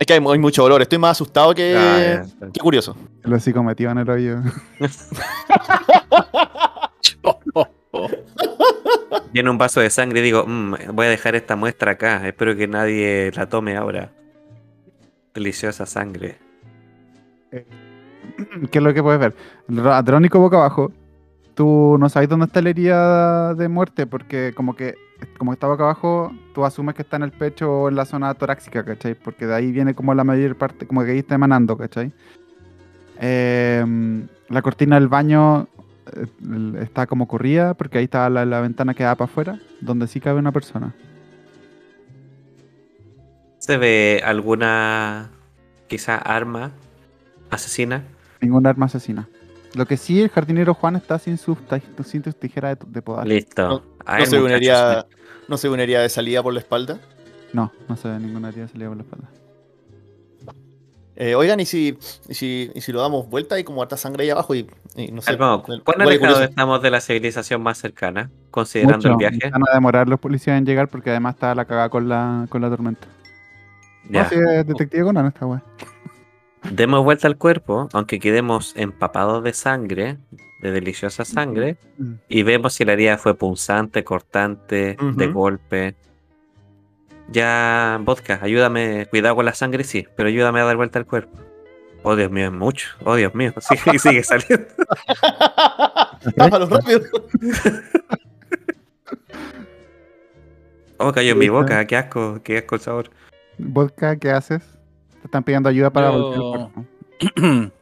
[SPEAKER 3] Es que hay, hay mucho olor. Estoy más asustado que.
[SPEAKER 4] Ah, ya.
[SPEAKER 3] Qué curioso.
[SPEAKER 2] Lo hocico metido en el hoyo.
[SPEAKER 4] Viene un vaso de sangre y digo, "Mm, voy a dejar esta muestra acá, espero que nadie la tome ahora. Deliciosa sangre.
[SPEAKER 2] ¿Qué es lo que puedes ver? Ro- Andrónico boca abajo. Tú no sabes dónde está la herida de muerte porque como que como está boca abajo, tú asumes que está en el pecho o en la zona torácica, ¿cachai? Porque de ahí viene como la mayor parte, como que ahí está emanando, ¿cachai? Em, la cortina del baño eh, l- está como corrida porque ahí está la, la ventana que da para afuera, donde sí cabe una persona.
[SPEAKER 4] ¿Se ve alguna quizá arma asesina?
[SPEAKER 2] Ningún arma asesina. Lo que sí, el jardinero Juan está sin sus, taj- sin sus tijeras de, de podar.
[SPEAKER 4] Listo.
[SPEAKER 3] No-
[SPEAKER 4] Ay,
[SPEAKER 3] no se ve una
[SPEAKER 4] muchachos,
[SPEAKER 3] herida- no se ve una herida de salida por la espalda.
[SPEAKER 2] No, no se ve ninguna herida salida por la espalda.
[SPEAKER 3] Eh, oigan, ¿y si, y si, y si lo damos vuelta y como harta sangre ahí abajo y, y no sé.
[SPEAKER 4] Calmado,
[SPEAKER 3] huele
[SPEAKER 4] ¿Cuán
[SPEAKER 3] curioso.
[SPEAKER 4] alejados estamos de la civilización más cercana, considerando el viaje?
[SPEAKER 2] Van a demorar los policías en llegar porque además está la cagada con la, con la tormenta.
[SPEAKER 4] Ya.
[SPEAKER 2] No, sí, es detective Conan esta weá.
[SPEAKER 4] Demos vuelta al cuerpo, aunque quedemos empapados de sangre, de deliciosa sangre,
[SPEAKER 2] Mm.
[SPEAKER 4] y vemos si la herida fue punzante, cortante, de
[SPEAKER 3] Ujú.
[SPEAKER 4] golpe. Ya, vodka, ayúdame, cuidado con la sangre, sí, pero ayúdame a dar vuelta al cuerpo. Oh, Dios mío, es mucho. Oh, Dios mío, sigue, sigue saliendo.
[SPEAKER 3] Tápalo rápido.
[SPEAKER 4] Oh, cayó en mi
[SPEAKER 2] Listo.
[SPEAKER 4] boca, qué asco, qué asco el sabor.
[SPEAKER 2] Vodka, ¿qué haces? Te están pidiendo ayuda para
[SPEAKER 1] Yo-
[SPEAKER 2] volver al cuerpo.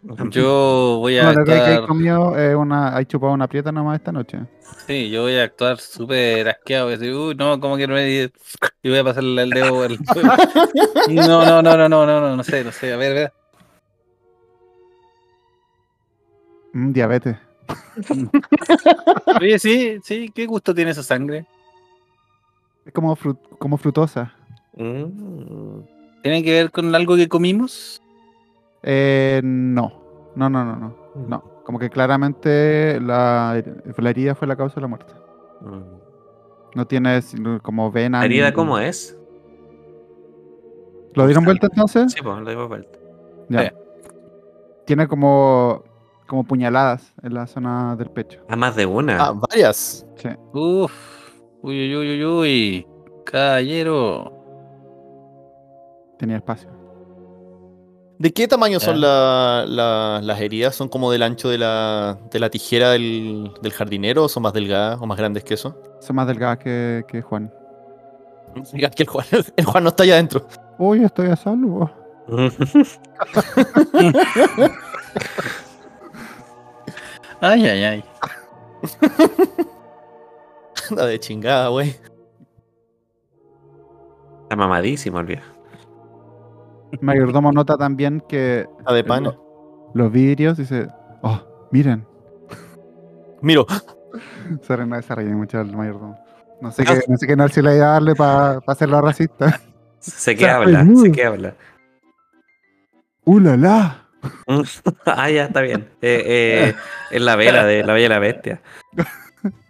[SPEAKER 1] Yo voy a
[SPEAKER 2] No, lo que hay
[SPEAKER 1] estar.
[SPEAKER 2] comido es una. Hay chupado una prieta nomás esta noche.
[SPEAKER 1] Sí, yo voy a actuar súper asqueado. Voy a decir, uy, no, ¿cómo que no me di-?" Y voy a pasarle el dedo por el fuego. No, no, no, no, no, no, no, no sé, no sé. A ver, a ver.
[SPEAKER 2] Mm, diabetes.
[SPEAKER 1] Oye, sí, sí, qué gusto tiene esa sangre.
[SPEAKER 2] Es como, fru- como frutosa.
[SPEAKER 4] Mm.
[SPEAKER 1] ¿Tiene que ver con algo que comimos?
[SPEAKER 2] Eh, no. No, no, no, no. No. Como que claramente la, la herida fue la causa de la muerte.
[SPEAKER 4] Mm.
[SPEAKER 2] No tienes no, como vena.
[SPEAKER 4] ¿La herida
[SPEAKER 2] ni-
[SPEAKER 4] cómo es?
[SPEAKER 2] ¿Lo dieron vuelta entonces?
[SPEAKER 4] Sí, pues, lo dimos vuelta.
[SPEAKER 2] Ya.
[SPEAKER 1] Sí.
[SPEAKER 2] Tiene como, como puñaladas en la zona del pecho.
[SPEAKER 4] Ah, más de una.
[SPEAKER 3] Ah, varias.
[SPEAKER 2] Sí.
[SPEAKER 1] Uf, uy, uy, uy, uy, uy. Caballero.
[SPEAKER 2] Tenía espacio.
[SPEAKER 3] ¿De qué tamaño son
[SPEAKER 1] Ya.
[SPEAKER 3] la- la- las heridas? ¿Son como del ancho de la, de la tijera del, del jardinero? ¿O son más delgadas o más grandes que eso?
[SPEAKER 2] Son más delgadas que, que Juan.
[SPEAKER 3] Digan que el Juan, el Juan no está allá adentro.
[SPEAKER 2] Uy, estoy a salvo.
[SPEAKER 3] Ah.
[SPEAKER 1] Ay, ay, ay.
[SPEAKER 3] Anda de chingada, güey.
[SPEAKER 4] Está mamadísimo el viejo.
[SPEAKER 2] Mayordomo nota también que
[SPEAKER 3] Está de pana.
[SPEAKER 2] los vidrios dice, oh, miren.
[SPEAKER 3] Miro,
[SPEAKER 2] Se re- no, se reía mucho el mayordomo. No sé qué, no sé qué nazi le iba a darle para hacerlo racista.
[SPEAKER 4] Sé que
[SPEAKER 2] Está
[SPEAKER 4] habla, sé
[SPEAKER 2] peludo.
[SPEAKER 4] que habla.
[SPEAKER 2] ¡Uh, la, la!
[SPEAKER 4] ah, ya, está bien. Eh, eh, es la vela de la Bella y la Bestia.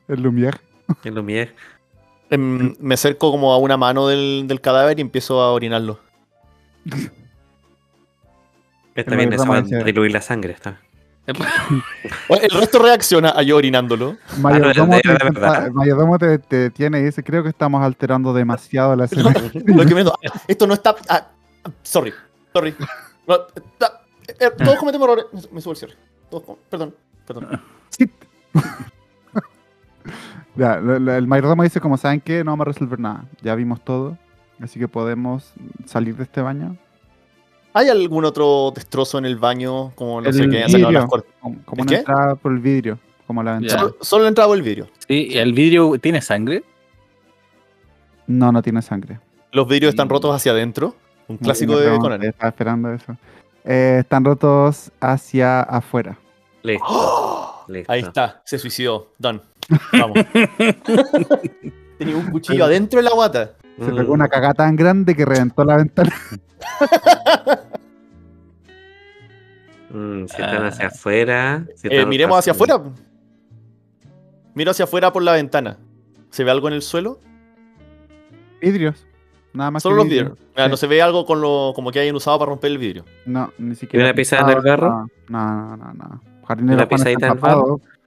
[SPEAKER 2] El Lumière.
[SPEAKER 4] El Lumière.
[SPEAKER 3] em, me acerco como a una mano del, del cadáver y empiezo a orinarlo.
[SPEAKER 4] Está
[SPEAKER 2] El
[SPEAKER 4] bien, eso va a
[SPEAKER 2] mayordomo dice-
[SPEAKER 4] diluir la sangre. Está.
[SPEAKER 3] Oye, El resto reacciona a yo orinándolo.
[SPEAKER 2] Mayordomo,
[SPEAKER 4] de-
[SPEAKER 2] te,
[SPEAKER 4] de
[SPEAKER 2] intenta-
[SPEAKER 4] verdad.
[SPEAKER 2] el mayordomo te, te tiene y dice, creo que estamos alterando demasiado la escena.
[SPEAKER 3] Lo que menos- ah, esto no está. ah, ah, sorry, sorry. No, está- eh, todos cometemos errores. Me- Me subo el cierre. Todos com- perdón, perdón.
[SPEAKER 2] Ya, lo- lo- el mayordomo dice, como saben que no vamos a resolver nada. Ya vimos todo, así que podemos salir de este baño.
[SPEAKER 3] ¿Hay algún otro destrozo en el baño? Como no sé
[SPEAKER 2] El
[SPEAKER 3] qué, han sacado
[SPEAKER 2] vidrio.
[SPEAKER 3] las cortes.
[SPEAKER 2] Como,
[SPEAKER 3] ¿El
[SPEAKER 2] como una
[SPEAKER 3] qué?
[SPEAKER 2] entrada por el vidrio, como la ventana.
[SPEAKER 3] Solo, solo he entrado el vidrio.
[SPEAKER 1] Sí, ¿el vidrio tiene sangre?
[SPEAKER 2] No, no tiene sangre.
[SPEAKER 3] Los vidrios están
[SPEAKER 1] Mm.
[SPEAKER 3] rotos hacia adentro. Un
[SPEAKER 2] Mm, No
[SPEAKER 3] clásico
[SPEAKER 2] tiene
[SPEAKER 3] de
[SPEAKER 2] sangre,
[SPEAKER 3] Conan.
[SPEAKER 2] Estaba esperando eso. Eh, están rotos hacia afuera.
[SPEAKER 4] Listo,
[SPEAKER 3] ¡Oh!
[SPEAKER 4] listo.
[SPEAKER 3] Ahí está, se suicidó. Done. Vamos. Tenía un cuchillo adentro de la guata.
[SPEAKER 2] Se pegó
[SPEAKER 4] Mm.
[SPEAKER 2] una cagada tan grande que reventó la ventana.
[SPEAKER 4] Mm, si están
[SPEAKER 1] Ah.
[SPEAKER 4] hacia afuera. si
[SPEAKER 3] Eh,
[SPEAKER 4] están
[SPEAKER 3] miremos hacia afuera. Miro hacia afuera por la ventana. ¿Se ve algo en el suelo?
[SPEAKER 2] Vidrios. Nada más que
[SPEAKER 3] Solo los vidrios. Ah,
[SPEAKER 2] Sí.
[SPEAKER 3] No se ve algo con lo, como que hayan usado para romper el vidrio.
[SPEAKER 2] No, ni siquiera.
[SPEAKER 4] una pisada en el
[SPEAKER 2] pintados,
[SPEAKER 4] barro?
[SPEAKER 2] No, no, no, no. Jardinero
[SPEAKER 4] ¿Una
[SPEAKER 2] Juan está
[SPEAKER 4] pisadita en el barro?
[SPEAKER 2] empapado.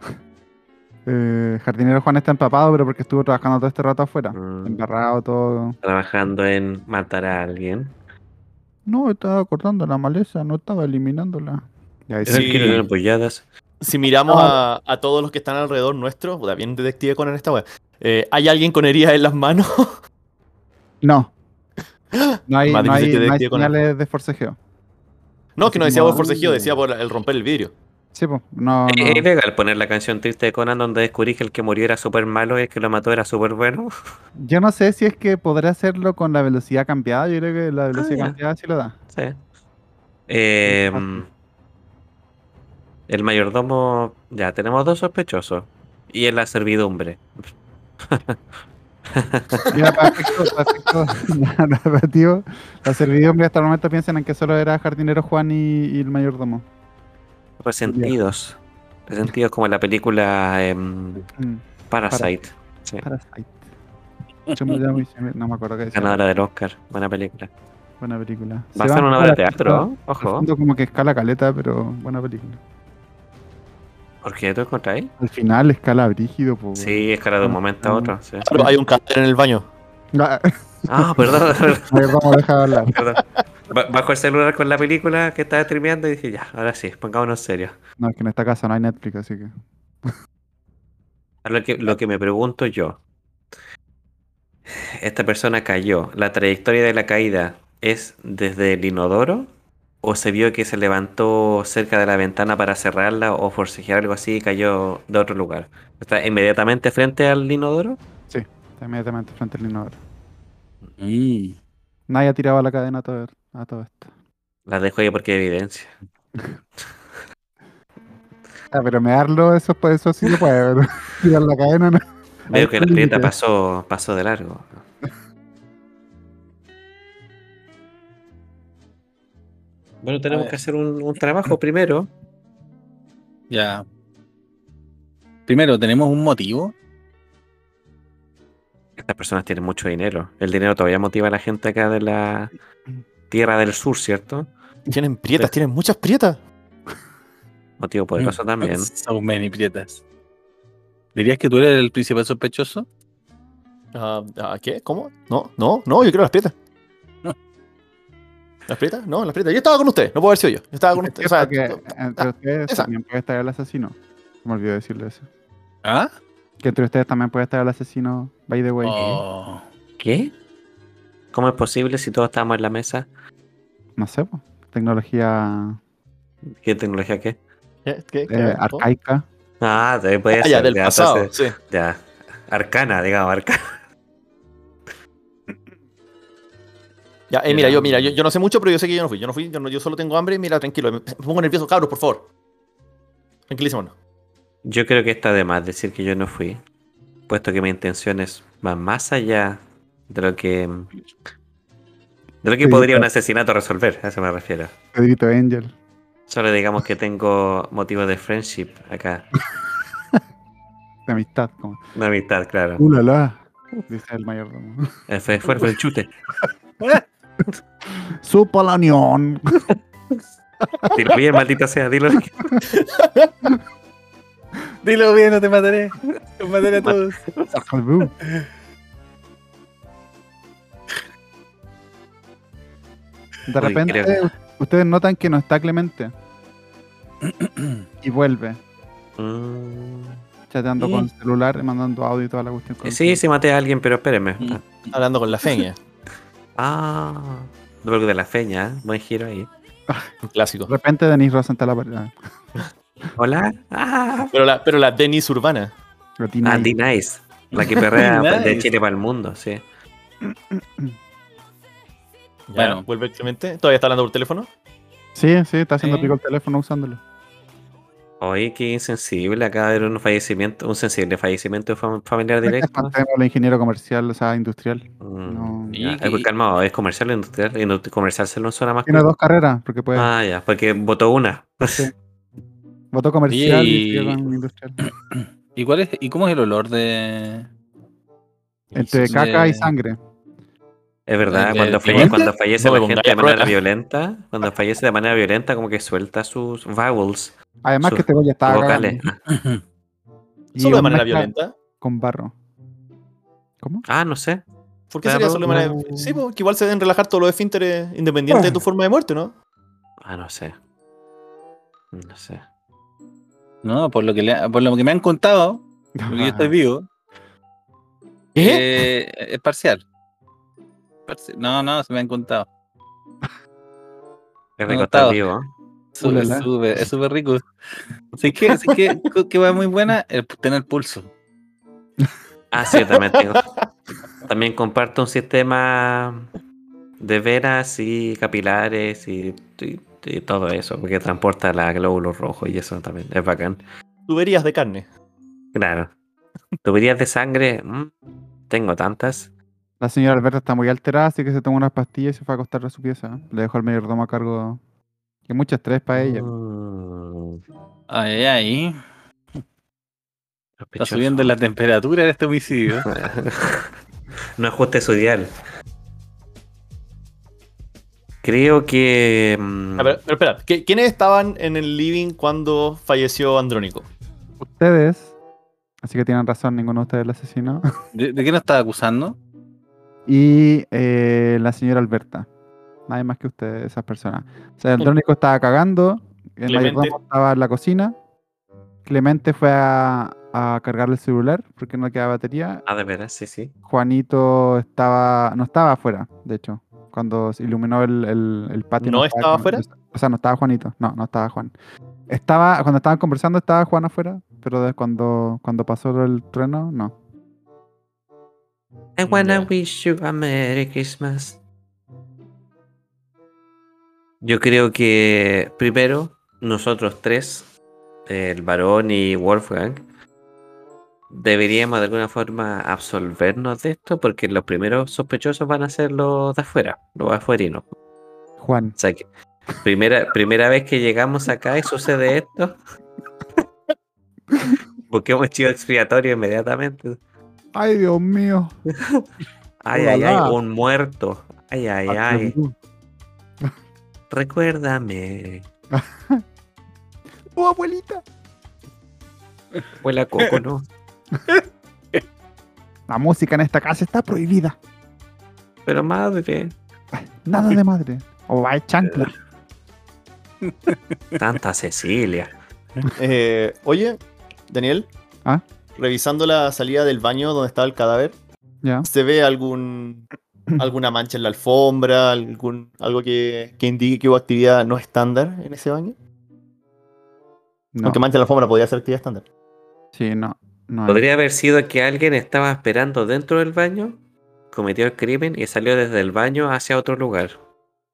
[SPEAKER 2] Eh, jardinero Juan está empapado, pero porque estuvo trabajando todo este rato afuera.
[SPEAKER 4] Mm.
[SPEAKER 2] Embarrado, todo.
[SPEAKER 4] Trabajando en matar a alguien.
[SPEAKER 2] No, estaba cortando la maleza, no estaba eliminándola. Ya, ahí
[SPEAKER 4] Es el
[SPEAKER 2] sí.
[SPEAKER 4] que le dieron polladas.
[SPEAKER 3] Si miramos
[SPEAKER 2] No.
[SPEAKER 3] a, a todos los que están alrededor nuestro, puta, bien detective con esta wea. Eh, ¿Hay alguien con heridas en las manos?
[SPEAKER 2] No. No hay,
[SPEAKER 3] Más
[SPEAKER 2] no hay,
[SPEAKER 3] difícil de
[SPEAKER 2] no hay
[SPEAKER 3] detective con el-
[SPEAKER 2] señales de forcejeo.
[SPEAKER 3] No, que no decía por
[SPEAKER 2] No.
[SPEAKER 3] forcejeo, decía por el romper el vidrio.
[SPEAKER 2] Sí, pues. No,
[SPEAKER 4] ¿Es-
[SPEAKER 2] no.
[SPEAKER 4] ¿Es legal poner la canción triste de Conan donde descubrí que el que murió era súper malo y el que lo mató era súper bueno?
[SPEAKER 2] Yo no sé si es que podré hacerlo con la velocidad cambiada. Yo creo
[SPEAKER 4] Ah,
[SPEAKER 2] que la velocidad
[SPEAKER 4] ya.
[SPEAKER 2] cambiada sí lo da.
[SPEAKER 4] Sí. Eh,
[SPEAKER 2] Exacto.
[SPEAKER 4] El mayordomo. Ya, tenemos dos sospechosos. Y en la servidumbre.
[SPEAKER 2] Mira, para efectos- para efectos narrativos, la servidumbre hasta el momento piensan en que solo era jardinero Juan y, y el mayordomo.
[SPEAKER 4] Resentidos. Resentidos como en la película em,
[SPEAKER 2] Mm,
[SPEAKER 4] Parasite. Sí,
[SPEAKER 2] Parasite. Yo me llamo y se me- no me acuerdo qué decía.
[SPEAKER 4] ganadora del Oscar. Buena película.
[SPEAKER 2] Buena película.
[SPEAKER 4] Va a
[SPEAKER 2] Se
[SPEAKER 4] ser
[SPEAKER 2] van
[SPEAKER 4] una
[SPEAKER 2] a
[SPEAKER 4] obra de
[SPEAKER 2] la
[SPEAKER 4] teatro,
[SPEAKER 2] chucha.
[SPEAKER 4] ¿eh?
[SPEAKER 2] Al
[SPEAKER 4] ojo.
[SPEAKER 2] fondo como que escala caleta, pero buena película.
[SPEAKER 4] ¿Por qué tú encontráis?
[SPEAKER 2] Al final escala brígido, po.
[SPEAKER 4] Sí, es cara de un
[SPEAKER 2] Ah,
[SPEAKER 4] momento a otro. sí.
[SPEAKER 3] Claro, hay un cadáver en el baño.
[SPEAKER 2] Ah,
[SPEAKER 4] Ah, perdón, perdón,
[SPEAKER 2] mayordomo, deja de hablar.
[SPEAKER 4] perdón. Ba- Bajo el celular con la película que estaba streameando y dije, ya, ahora sí, pongámonos serios.
[SPEAKER 2] No, es que en esta casa no hay Netflix, así que.
[SPEAKER 4] Ahora lo que, lo que me pregunto yo. Esta persona cayó. ¿La trayectoria de la caída es desde el inodoro? ¿O se vio que se levantó cerca de la ventana para cerrarla o forcejear algo así y cayó de otro lugar? ¿Está inmediatamente frente al inodoro?
[SPEAKER 2] Está inmediatamente frente al inodoro.
[SPEAKER 1] Mm.
[SPEAKER 2] Nadie ha tirado la cadena a todo, a todo esto.
[SPEAKER 4] La dejo ahí porque hay evidencia.
[SPEAKER 2] Ah, pero mearlo, eso, pues, eso sí lo puede, pero tirar la cadena no.
[SPEAKER 4] Veo que la
[SPEAKER 2] está el
[SPEAKER 4] grieta
[SPEAKER 2] límite.
[SPEAKER 4] pasó, pasó de largo. Bueno, tenemos
[SPEAKER 1] ver.
[SPEAKER 4] que hacer un, un trabajo primero.
[SPEAKER 1] Ya. Primero, ¿tenemos un motivo?
[SPEAKER 4] Estas personas tienen mucho dinero. El dinero todavía motiva a la gente acá de la Tierra del Sur, ¿cierto?
[SPEAKER 3] Tienen prietas, tienen muchas prietas.
[SPEAKER 4] Motivo poderoso
[SPEAKER 3] Mm.
[SPEAKER 4] también.
[SPEAKER 1] Son many prietas. ¿Dirías que tú eres el principal sospechoso?
[SPEAKER 3] Ah, ah, ¿Qué? ¿Cómo? No, no, no, yo quiero las prietas.
[SPEAKER 1] No.
[SPEAKER 3] ¿Las prietas? No, las prietas. Yo estaba con usted, no puedo haber sido yo. Yo estaba con usted. O sea, ah,
[SPEAKER 2] Porque entre ustedes
[SPEAKER 3] esa.
[SPEAKER 2] también puede estar el asesino. Se Me olvidó decirle eso.
[SPEAKER 1] ¿Ah?
[SPEAKER 2] Que entre ustedes también puede estar el asesino, by the way.
[SPEAKER 1] Oh.
[SPEAKER 4] ¿Qué? ¿Cómo es posible si todos estábamos en la mesa?
[SPEAKER 2] No sé, po. tecnología
[SPEAKER 4] ¿Qué tecnología qué?
[SPEAKER 3] ¿qué- qué- qué-
[SPEAKER 2] eh, arcaica.
[SPEAKER 4] Ah, de- puede
[SPEAKER 3] Ah, ya,
[SPEAKER 4] ser,
[SPEAKER 3] del
[SPEAKER 4] ya,
[SPEAKER 3] pasado,
[SPEAKER 4] entonces,
[SPEAKER 3] sí.
[SPEAKER 4] ya. Arcana, digamos, arcana.
[SPEAKER 3] Ya, eh, mira, yo, mira, yo, yo no sé mucho, pero yo sé que yo no fui. Yo no fui, yo, no- yo solo tengo hambre y mira, tranquilo. Me, me pongo nervioso, cabros, por favor. Tranquilísimo.
[SPEAKER 4] Yo creo que está de más decir que yo no fui, puesto que mis intenciones van más allá de lo que de lo que
[SPEAKER 2] Sí,
[SPEAKER 4] podría un
[SPEAKER 2] claro.
[SPEAKER 4] asesinato resolver, a eso me refiero.
[SPEAKER 2] Pedrito Angel.
[SPEAKER 4] Solo digamos que tengo motivos de friendship acá,
[SPEAKER 2] De amistad, como.
[SPEAKER 4] una amistad, claro.
[SPEAKER 2] ¡Uh, la, la! Dice el mayordomo.
[SPEAKER 4] El fe- esfuerzo, el chute.
[SPEAKER 2] ¡Supo la unión!
[SPEAKER 4] Dilo bien, maldita sea, dilo.
[SPEAKER 1] Dilo bien, no te mataré. Te mataré a todos.
[SPEAKER 2] Salud. De
[SPEAKER 4] Uy,
[SPEAKER 2] repente,
[SPEAKER 4] creo que-
[SPEAKER 2] ustedes notan que no está Clemente. y vuelve,
[SPEAKER 4] Mm, eh,
[SPEAKER 2] chateando
[SPEAKER 1] Sí. Eh,
[SPEAKER 2] con celular, mandando audio y toda la cuestión. con-
[SPEAKER 4] sí, sí maté a alguien, pero espéreme.
[SPEAKER 1] Mm.
[SPEAKER 3] Hablando con la feña.
[SPEAKER 4] Ah, doble de la feña, ¿eh? buen giro ahí.
[SPEAKER 2] De
[SPEAKER 3] un clásico.
[SPEAKER 2] repente, Denis Rosa está la pared.
[SPEAKER 4] Hola. Ah,
[SPEAKER 3] Pero la, pero la Denise urbana.
[SPEAKER 2] Lo tiene
[SPEAKER 4] Ah,
[SPEAKER 2] ahí.
[SPEAKER 4] D-Nice. La que perrea de
[SPEAKER 1] Nice.
[SPEAKER 4] Chile para el mundo, sí.
[SPEAKER 3] Ya,
[SPEAKER 1] Bueno.
[SPEAKER 3] Vuelve Clemente. Todavía está hablando por teléfono.
[SPEAKER 2] Sí, sí, está haciendo
[SPEAKER 1] Sí.
[SPEAKER 2] pico el teléfono usándolo.
[SPEAKER 4] Oye, qué insensible, acaba de haber un fallecimiento, un sensible fallecimiento de fam- familiar directo.
[SPEAKER 2] Mantemos el ingeniero comercial, o sea, industrial.
[SPEAKER 4] Mm,
[SPEAKER 2] No.
[SPEAKER 4] ya,
[SPEAKER 1] Y-
[SPEAKER 4] eh, pues, calmado, es comercial o industrial, Indu- comercial se lo suena más
[SPEAKER 2] Tiene
[SPEAKER 4] cool.
[SPEAKER 2] dos carreras, porque pues, puede.
[SPEAKER 4] Ah, ya, porque votó una.
[SPEAKER 2] Voto comercial y
[SPEAKER 1] Y-
[SPEAKER 2] sigue con industrial.
[SPEAKER 1] ¿Y, cuál es, ¿Y cómo es el olor de...?
[SPEAKER 2] Entre
[SPEAKER 1] sí.
[SPEAKER 2] caca y
[SPEAKER 1] Eh,
[SPEAKER 2] sangre.
[SPEAKER 4] Es verdad,
[SPEAKER 1] ¿De- de
[SPEAKER 4] cuando, falle-
[SPEAKER 1] violenta?
[SPEAKER 4] cuando fallece
[SPEAKER 3] No me
[SPEAKER 4] la gente
[SPEAKER 3] pongáis
[SPEAKER 4] de
[SPEAKER 3] a
[SPEAKER 4] manera
[SPEAKER 3] prueba.
[SPEAKER 4] violenta, cuando fallece de manera violenta, como que suelta sus vowels,
[SPEAKER 2] Además
[SPEAKER 4] sus-
[SPEAKER 2] que este güey ya
[SPEAKER 4] sus
[SPEAKER 2] estaba
[SPEAKER 4] vocales.
[SPEAKER 2] cagando. Y
[SPEAKER 3] Solo de
[SPEAKER 2] una mezcla
[SPEAKER 3] manera violenta.
[SPEAKER 2] Con barro. ¿Cómo?
[SPEAKER 4] Ah, no sé.
[SPEAKER 3] ¿Por qué
[SPEAKER 4] Claro,
[SPEAKER 3] sería solo de manera.?
[SPEAKER 2] no.
[SPEAKER 3] Sí, porque igual se deben relajar todos los esfínteres independientes de tu forma de muerte, ¿no?
[SPEAKER 4] Ah, no sé. No sé.
[SPEAKER 1] No, por lo que, le- por lo que me han contado, porque yo estoy vivo,
[SPEAKER 3] ¿Qué?
[SPEAKER 1] Ah. eh, es parcial. Parci- No, no, se me han contado.
[SPEAKER 4] Es rico
[SPEAKER 1] Anotado.
[SPEAKER 4] estar vivo. ¿eh?
[SPEAKER 1] Súper,
[SPEAKER 2] Ulala.
[SPEAKER 1] súper, es súper rico. Así que, así que, co- que va muy buena el pu- tener pulso.
[SPEAKER 4] Ah, sí, yo también tengo. También comparto un sistema de venas y capilares y, y- y todo eso, porque transporta la glóbulo rojo y eso también es bacán.
[SPEAKER 3] Tuberías de carne.
[SPEAKER 4] Claro. Tuberías de sangre, mm, tengo tantas.
[SPEAKER 2] La señora Alberta está muy alterada, así que se tomó unas pastillas y se fue a acostar a su pieza. Le dejó al mayordomo a cargo. Que mucho estrés para ella.
[SPEAKER 1] Ah.
[SPEAKER 4] Mm,
[SPEAKER 1] Ay, ay, ay. Está
[SPEAKER 4] sospechoso.
[SPEAKER 1] subiendo la temperatura de este homicidio.
[SPEAKER 4] no ajuste su dial. Creo que. mm,
[SPEAKER 3] A ver, pero espera, ¿qui- ¿quiénes estaban en el living cuando falleció Andrónico?
[SPEAKER 2] Ustedes, así que tienen razón, ninguno de ustedes es el asesino.
[SPEAKER 1] ¿De, de qué nos está acusando?
[SPEAKER 2] y eh, la señora Alberta. Nadie más que ustedes, esas personas. O sea, el
[SPEAKER 3] Mm.
[SPEAKER 2] drónico estaba cagando, el
[SPEAKER 3] Clemente.
[SPEAKER 2] mayordomo estaba en la cocina, Clemente fue a, a cargarle el celular porque no quedaba batería,
[SPEAKER 4] Ah, de veras, sí, sí.
[SPEAKER 2] Juanito estaba no estaba afuera, de hecho, cuando se iluminó el, el- el patio.
[SPEAKER 3] ¿No estaba
[SPEAKER 2] Juan-
[SPEAKER 3] afuera?
[SPEAKER 2] O sea, no estaba Juanito, no, no estaba Juan. Estaba, cuando estaban conversando estaba Juan afuera, pero de- cuando, cuando pasó el trueno, no.
[SPEAKER 4] I wanna
[SPEAKER 3] Ya.
[SPEAKER 4] wish you a Merry Christmas. Yo creo que primero nosotros tres, el varón y Wolfgang, deberíamos de alguna forma absolvernos de esto porque los primeros sospechosos van a ser los de afuera, los afuerinos.
[SPEAKER 2] Juan.
[SPEAKER 4] O sea que primera, primera vez que llegamos acá y sucede esto, busquemos chivo expiatorio inmediatamente.
[SPEAKER 2] Ay, Dios mío.
[SPEAKER 4] Ay,
[SPEAKER 2] Hola,
[SPEAKER 4] ay, ay,
[SPEAKER 2] hola.
[SPEAKER 4] un muerto. Ay, ay, ay. Recuérdame.
[SPEAKER 2] Oh, abuelita.
[SPEAKER 4] Huele a coco, ¿no?
[SPEAKER 2] La música en esta casa está prohibida.
[SPEAKER 4] Pero madre,
[SPEAKER 2] Nada de madre. O va el chancla.
[SPEAKER 4] tanta Cecilia.
[SPEAKER 3] Eh, oye, Daniel.
[SPEAKER 2] ¿Ah?
[SPEAKER 3] Revisando la salida del baño donde estaba el cadáver,
[SPEAKER 2] Ya.
[SPEAKER 3] ¿se ve algún alguna mancha en la alfombra? algún Algo que, que indique que hubo actividad no estándar en ese baño?
[SPEAKER 2] No.
[SPEAKER 3] Aunque mancha en la alfombra podría ser actividad estándar.
[SPEAKER 2] Sí, no. no hay.
[SPEAKER 4] Podría haber sido que alguien estaba esperando dentro del baño, cometió el crimen y salió desde el baño hacia otro lugar.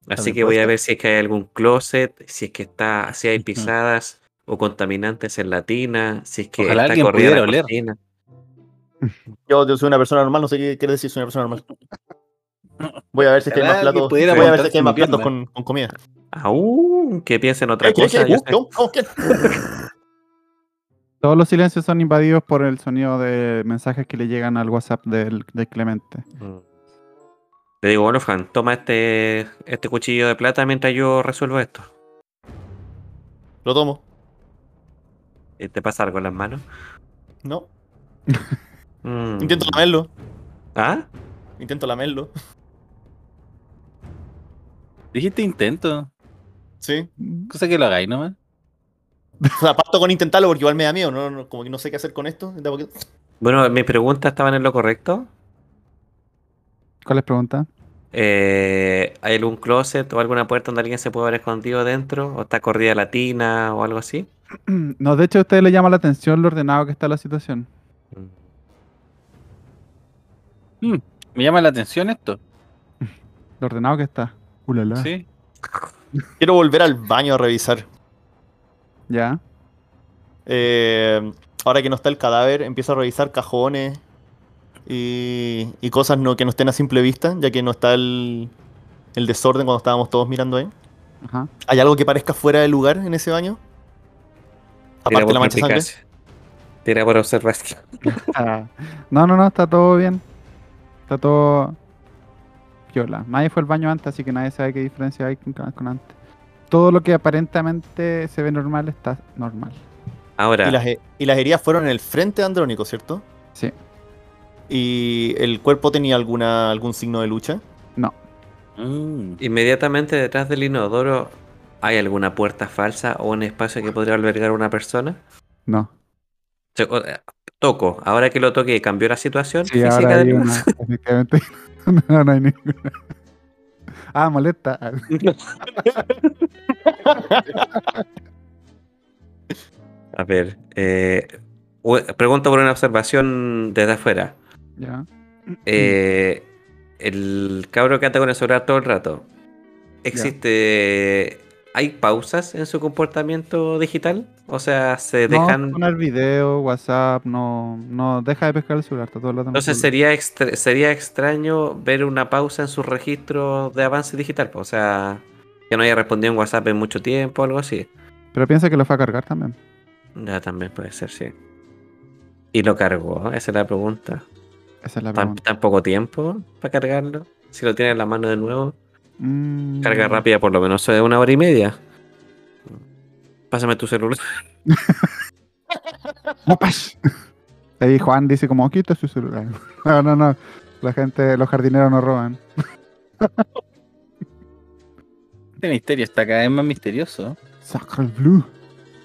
[SPEAKER 4] Así
[SPEAKER 3] También
[SPEAKER 4] que
[SPEAKER 3] puede
[SPEAKER 4] voy a
[SPEAKER 3] ser.
[SPEAKER 4] ver si es que hay algún closet, si es que está, si hay
[SPEAKER 2] Ujú.
[SPEAKER 4] pisadas o contaminantes en la tina, si es que
[SPEAKER 1] Ojalá
[SPEAKER 4] está
[SPEAKER 1] alguien
[SPEAKER 4] corrida
[SPEAKER 1] pudiera
[SPEAKER 4] la
[SPEAKER 1] oler.
[SPEAKER 4] cocina.
[SPEAKER 3] Yo, yo soy una persona normal, no sé qué quiere decir soy una persona normal. Voy a ver si es que hay más
[SPEAKER 1] Ojalá que
[SPEAKER 3] platos. Voy
[SPEAKER 1] pudiera
[SPEAKER 3] a ver si
[SPEAKER 1] contar
[SPEAKER 3] es que hay
[SPEAKER 1] su
[SPEAKER 3] más platos
[SPEAKER 1] pierna.
[SPEAKER 3] con, con comida.
[SPEAKER 4] Aún que piensen otra
[SPEAKER 3] ¿Qué, qué,
[SPEAKER 4] cosa.
[SPEAKER 3] qué?
[SPEAKER 4] yo
[SPEAKER 3] Uh,
[SPEAKER 4] sé-
[SPEAKER 3] ¿cómo? ¿Cómo? ¿Qué?
[SPEAKER 2] Todos los silencios son invadidos por el sonido de mensajes que le llegan al WhatsApp del, de Clemente.
[SPEAKER 4] Mm. Le digo, Wolfgang, toma este, este cuchillo de plata mientras yo resuelvo esto.
[SPEAKER 3] Lo tomo.
[SPEAKER 4] Eh, ¿Te pasa algo en las manos?
[SPEAKER 3] No.
[SPEAKER 4] Mm.
[SPEAKER 3] Intento lamerlo.
[SPEAKER 4] ¿Ah?
[SPEAKER 3] Intento lamerlo.
[SPEAKER 1] Dijiste intento.
[SPEAKER 3] Sí.
[SPEAKER 1] Cosa que lo hagáis nomás.
[SPEAKER 3] O sea, parto con intentarlo porque igual me da miedo. No, no, como que no sé qué hacer con esto. De a poquito.
[SPEAKER 4] Bueno, mis preguntas estaban en lo correcto.
[SPEAKER 2] ¿Cuál es pregunta?
[SPEAKER 4] Eh, ¿Hay algún closet o alguna puerta donde alguien se puede haber escondido dentro? ¿O está corrida la tina o algo así?
[SPEAKER 2] No, de hecho, a ustedes les llama la atención lo ordenado que está la situación.
[SPEAKER 4] Mm.
[SPEAKER 1] Me llama la atención esto.
[SPEAKER 2] Lo ordenado que está. Ulala.
[SPEAKER 1] Sí.
[SPEAKER 3] Quiero volver al baño a revisar.
[SPEAKER 2] Ya.
[SPEAKER 3] Eh, ahora que no está el cadáver, empiezo a revisar cajones y, y cosas no, que no estén a simple vista, ya que no está el, el desorden cuando estábamos todos mirando ahí.
[SPEAKER 2] Ajá.
[SPEAKER 3] ¿Hay algo que parezca fuera de lugar en ese baño? Aparte de la mancha de sangre.
[SPEAKER 4] perspicacia. Tira por observación.
[SPEAKER 2] Ah, No, no, no, está todo bien. Está todo. Piola. Nadie fue al baño antes, así que nadie sabe qué diferencia hay con, con antes. Todo lo que aparentemente se ve normal está normal.
[SPEAKER 4] Ahora,
[SPEAKER 3] Y las, he- y las heridas fueron en el frente de Andrónico, ¿cierto?
[SPEAKER 2] Sí.
[SPEAKER 3] ¿Y el cuerpo tenía alguna, algún signo de lucha?
[SPEAKER 1] Mm.
[SPEAKER 4] inmediatamente detrás del inodoro, ¿hay alguna puerta falsa o un espacio que podría albergar una persona?
[SPEAKER 2] No.
[SPEAKER 4] Se- o- eh, Toco, ahora que lo toqué, cambió la situación
[SPEAKER 2] Sí,
[SPEAKER 4] física
[SPEAKER 2] ahora
[SPEAKER 4] del
[SPEAKER 2] hay
[SPEAKER 4] lugar?
[SPEAKER 2] una. Efectivamente. No, no hay ninguna. Ah, molesta.
[SPEAKER 4] A ver, eh, u- pregunto por una observación desde afuera.
[SPEAKER 2] Ya.
[SPEAKER 4] Eh, el cabro que anda con el celular todo el rato, ¿existe ¿Hay pausas en su comportamiento digital? O sea, se
[SPEAKER 2] No,
[SPEAKER 4] dejan...
[SPEAKER 2] poner video, WhatsApp, no, no deja de pescar el celular, está todo el rato en el
[SPEAKER 4] Entonces
[SPEAKER 2] celular.
[SPEAKER 4] sería, extra- sería extraño ver una pausa en sus registros de avance digital. po. O sea, que no haya respondido en WhatsApp en mucho tiempo o algo así.
[SPEAKER 2] Pero piensa que lo fue a cargar también.
[SPEAKER 4] Ya también puede ser, sí. Y lo cargó, esa es la pregunta.
[SPEAKER 2] Esa es la
[SPEAKER 4] Tan,
[SPEAKER 2] pregunta.
[SPEAKER 4] tan poco tiempo para cargarlo. Si lo tiene en la mano de nuevo, carga
[SPEAKER 2] Mm,
[SPEAKER 4] rápida por lo menos de una hora y media. Pásame tu celular.
[SPEAKER 2] ¡Opas! pues. Ahí Juan dice como, quita su celular. No, no, no. La gente, los jardineros no roban.
[SPEAKER 1] Este misterio está cada vez más misterioso.
[SPEAKER 2] Saca el blue.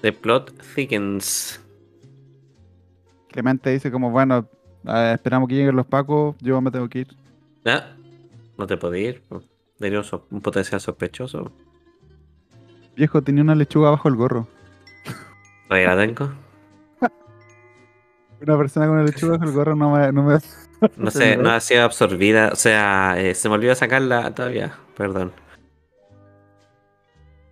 [SPEAKER 4] The plot thickens.
[SPEAKER 2] Clemente dice como, bueno, eh, esperamos que lleguen los pacos, yo me tengo que ir.
[SPEAKER 4] Ah, No te podía ir. po. Tenía un sos- un potencial sospechoso.
[SPEAKER 2] Viejo, tenía una lechuga bajo el gorro.
[SPEAKER 4] Todavía la tengo.
[SPEAKER 2] Una persona con una lechuga bajo el gorro no me... No me...
[SPEAKER 4] No
[SPEAKER 2] Sí,
[SPEAKER 4] sé,
[SPEAKER 2] ¿no?
[SPEAKER 4] no ha sido absorbida. O sea, eh, se me olvidó sacarla todavía. Perdón.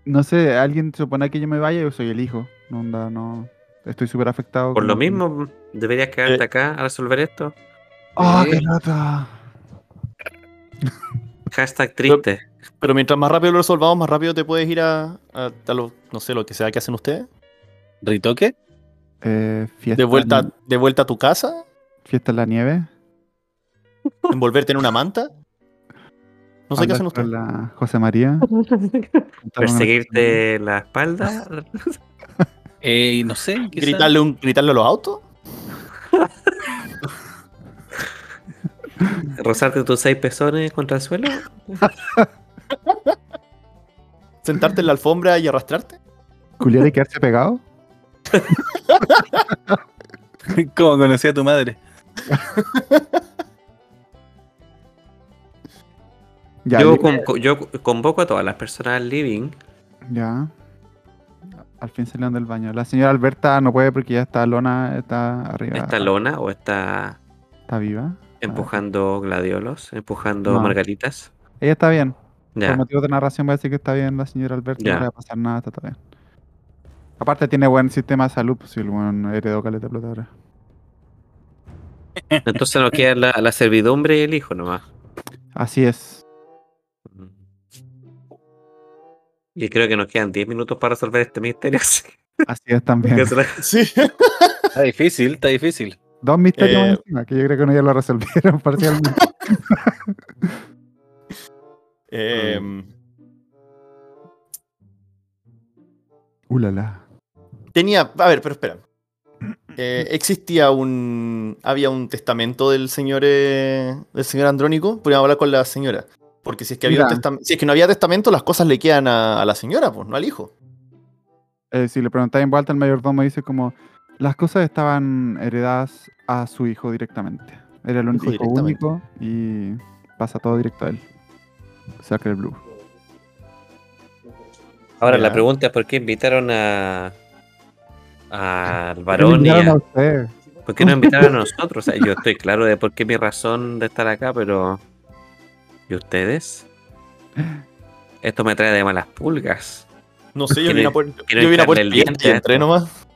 [SPEAKER 2] No sé, alguien supone que yo me vaya, yo soy el hijo. No, onda, no. Estoy súper afectado.
[SPEAKER 4] Por
[SPEAKER 2] con-
[SPEAKER 4] lo mismo, deberías quedarte
[SPEAKER 3] Eh.
[SPEAKER 4] acá a resolver esto.
[SPEAKER 2] ¡Ah, qué
[SPEAKER 1] Sí.
[SPEAKER 2] lata!
[SPEAKER 4] Hashtag triste.
[SPEAKER 3] Pero mientras más rápido lo resolvamos, más rápido te puedes ir a, a- a lo- no sé, lo que sea que hacen ustedes.
[SPEAKER 1] ¿Ritoque?
[SPEAKER 2] Eh, fiesta,
[SPEAKER 3] De vuelta,
[SPEAKER 2] en-
[SPEAKER 3] de vuelta a tu casa,
[SPEAKER 2] fiesta en la nieve.
[SPEAKER 3] envolverte en una manta. No sé qué
[SPEAKER 2] Hablar
[SPEAKER 3] hacen
[SPEAKER 2] con
[SPEAKER 3] ustedes.
[SPEAKER 2] La José María. Juntar una-
[SPEAKER 4] Perseguirte la espalda.
[SPEAKER 1] Eh, no sé. quizá.
[SPEAKER 3] ¿Gritarle, un, ¿Gritarle a los autos?
[SPEAKER 4] Rozarte tus seis pezones contra el suelo.
[SPEAKER 3] ¿Sentarte en la alfombra y arrastrarte?
[SPEAKER 2] ¿Culiar y quedarse pegado?
[SPEAKER 1] ¿Cómo conocí a tu madre?
[SPEAKER 2] Ya,
[SPEAKER 4] yo,
[SPEAKER 2] li-
[SPEAKER 4] convo- yo convoco a todas las personas al living.
[SPEAKER 2] ya. Al fin salieron del baño. La señora Alberta no puede porque ya está lona, está arriba.
[SPEAKER 4] Esta lona o está
[SPEAKER 2] Está viva.
[SPEAKER 4] empujando gladiolos, empujando
[SPEAKER 2] Ah, No.
[SPEAKER 4] margaritas.
[SPEAKER 2] Ella está bien. Por
[SPEAKER 4] Ya.
[SPEAKER 2] motivo de narración voy a decir que está bien la señora Alberta.
[SPEAKER 4] Ya.
[SPEAKER 2] No le va a pasar nada, está todo bien. Aparte tiene buen sistema de salud, pues si el buen heredó caleta de plata ahora.
[SPEAKER 4] Entonces nos queda la, la servidumbre y el hijo nomás.
[SPEAKER 2] Así es.
[SPEAKER 4] Y creo que nos quedan 10 minutos para resolver este misterio. así
[SPEAKER 2] Así es también.
[SPEAKER 4] que se la-
[SPEAKER 3] Sí.
[SPEAKER 1] Está difícil, está difícil.
[SPEAKER 2] Dos misterios
[SPEAKER 3] Eh,
[SPEAKER 2] más encima, que yo creo que no ya lo resolvieron parcialmente.
[SPEAKER 3] Eh,
[SPEAKER 2] Ulala.
[SPEAKER 3] tenía. A ver, pero espera. Eh, existía un. Había un testamento del señor. eh, del señor Andrónico. Podríamos hablar con la señora. Porque si es que, había un
[SPEAKER 2] Mira.
[SPEAKER 3] testam- si es que no había testamento, las cosas le quedan a, a la señora, pues, no al hijo.
[SPEAKER 2] Eh, si le preguntáis en voz alta, el mayordomo dice como las cosas estaban heredadas a su hijo directamente. Era el hijo
[SPEAKER 3] Hijo directamente.
[SPEAKER 2] único y pasa todo directo a él. Saca el blue.
[SPEAKER 4] Ahora
[SPEAKER 3] Ya.
[SPEAKER 4] la pregunta es por qué invitaron a al
[SPEAKER 2] Pero
[SPEAKER 4] varón y
[SPEAKER 2] miraron
[SPEAKER 4] a-
[SPEAKER 2] a usted.
[SPEAKER 4] por qué no invitaron a nosotros. O sea, yo estoy claro de por qué mi razón de estar acá, pero ¿y ustedes? Esto me trae de malas pulgas.
[SPEAKER 3] No sé, yo
[SPEAKER 4] Quiere-
[SPEAKER 3] vine a poner.
[SPEAKER 4] quiere
[SPEAKER 3] Yo vine a
[SPEAKER 4] hincarle
[SPEAKER 3] poner
[SPEAKER 4] el
[SPEAKER 3] cliente
[SPEAKER 4] diente
[SPEAKER 3] y
[SPEAKER 4] a
[SPEAKER 3] entré
[SPEAKER 4] esto.
[SPEAKER 3] nomás.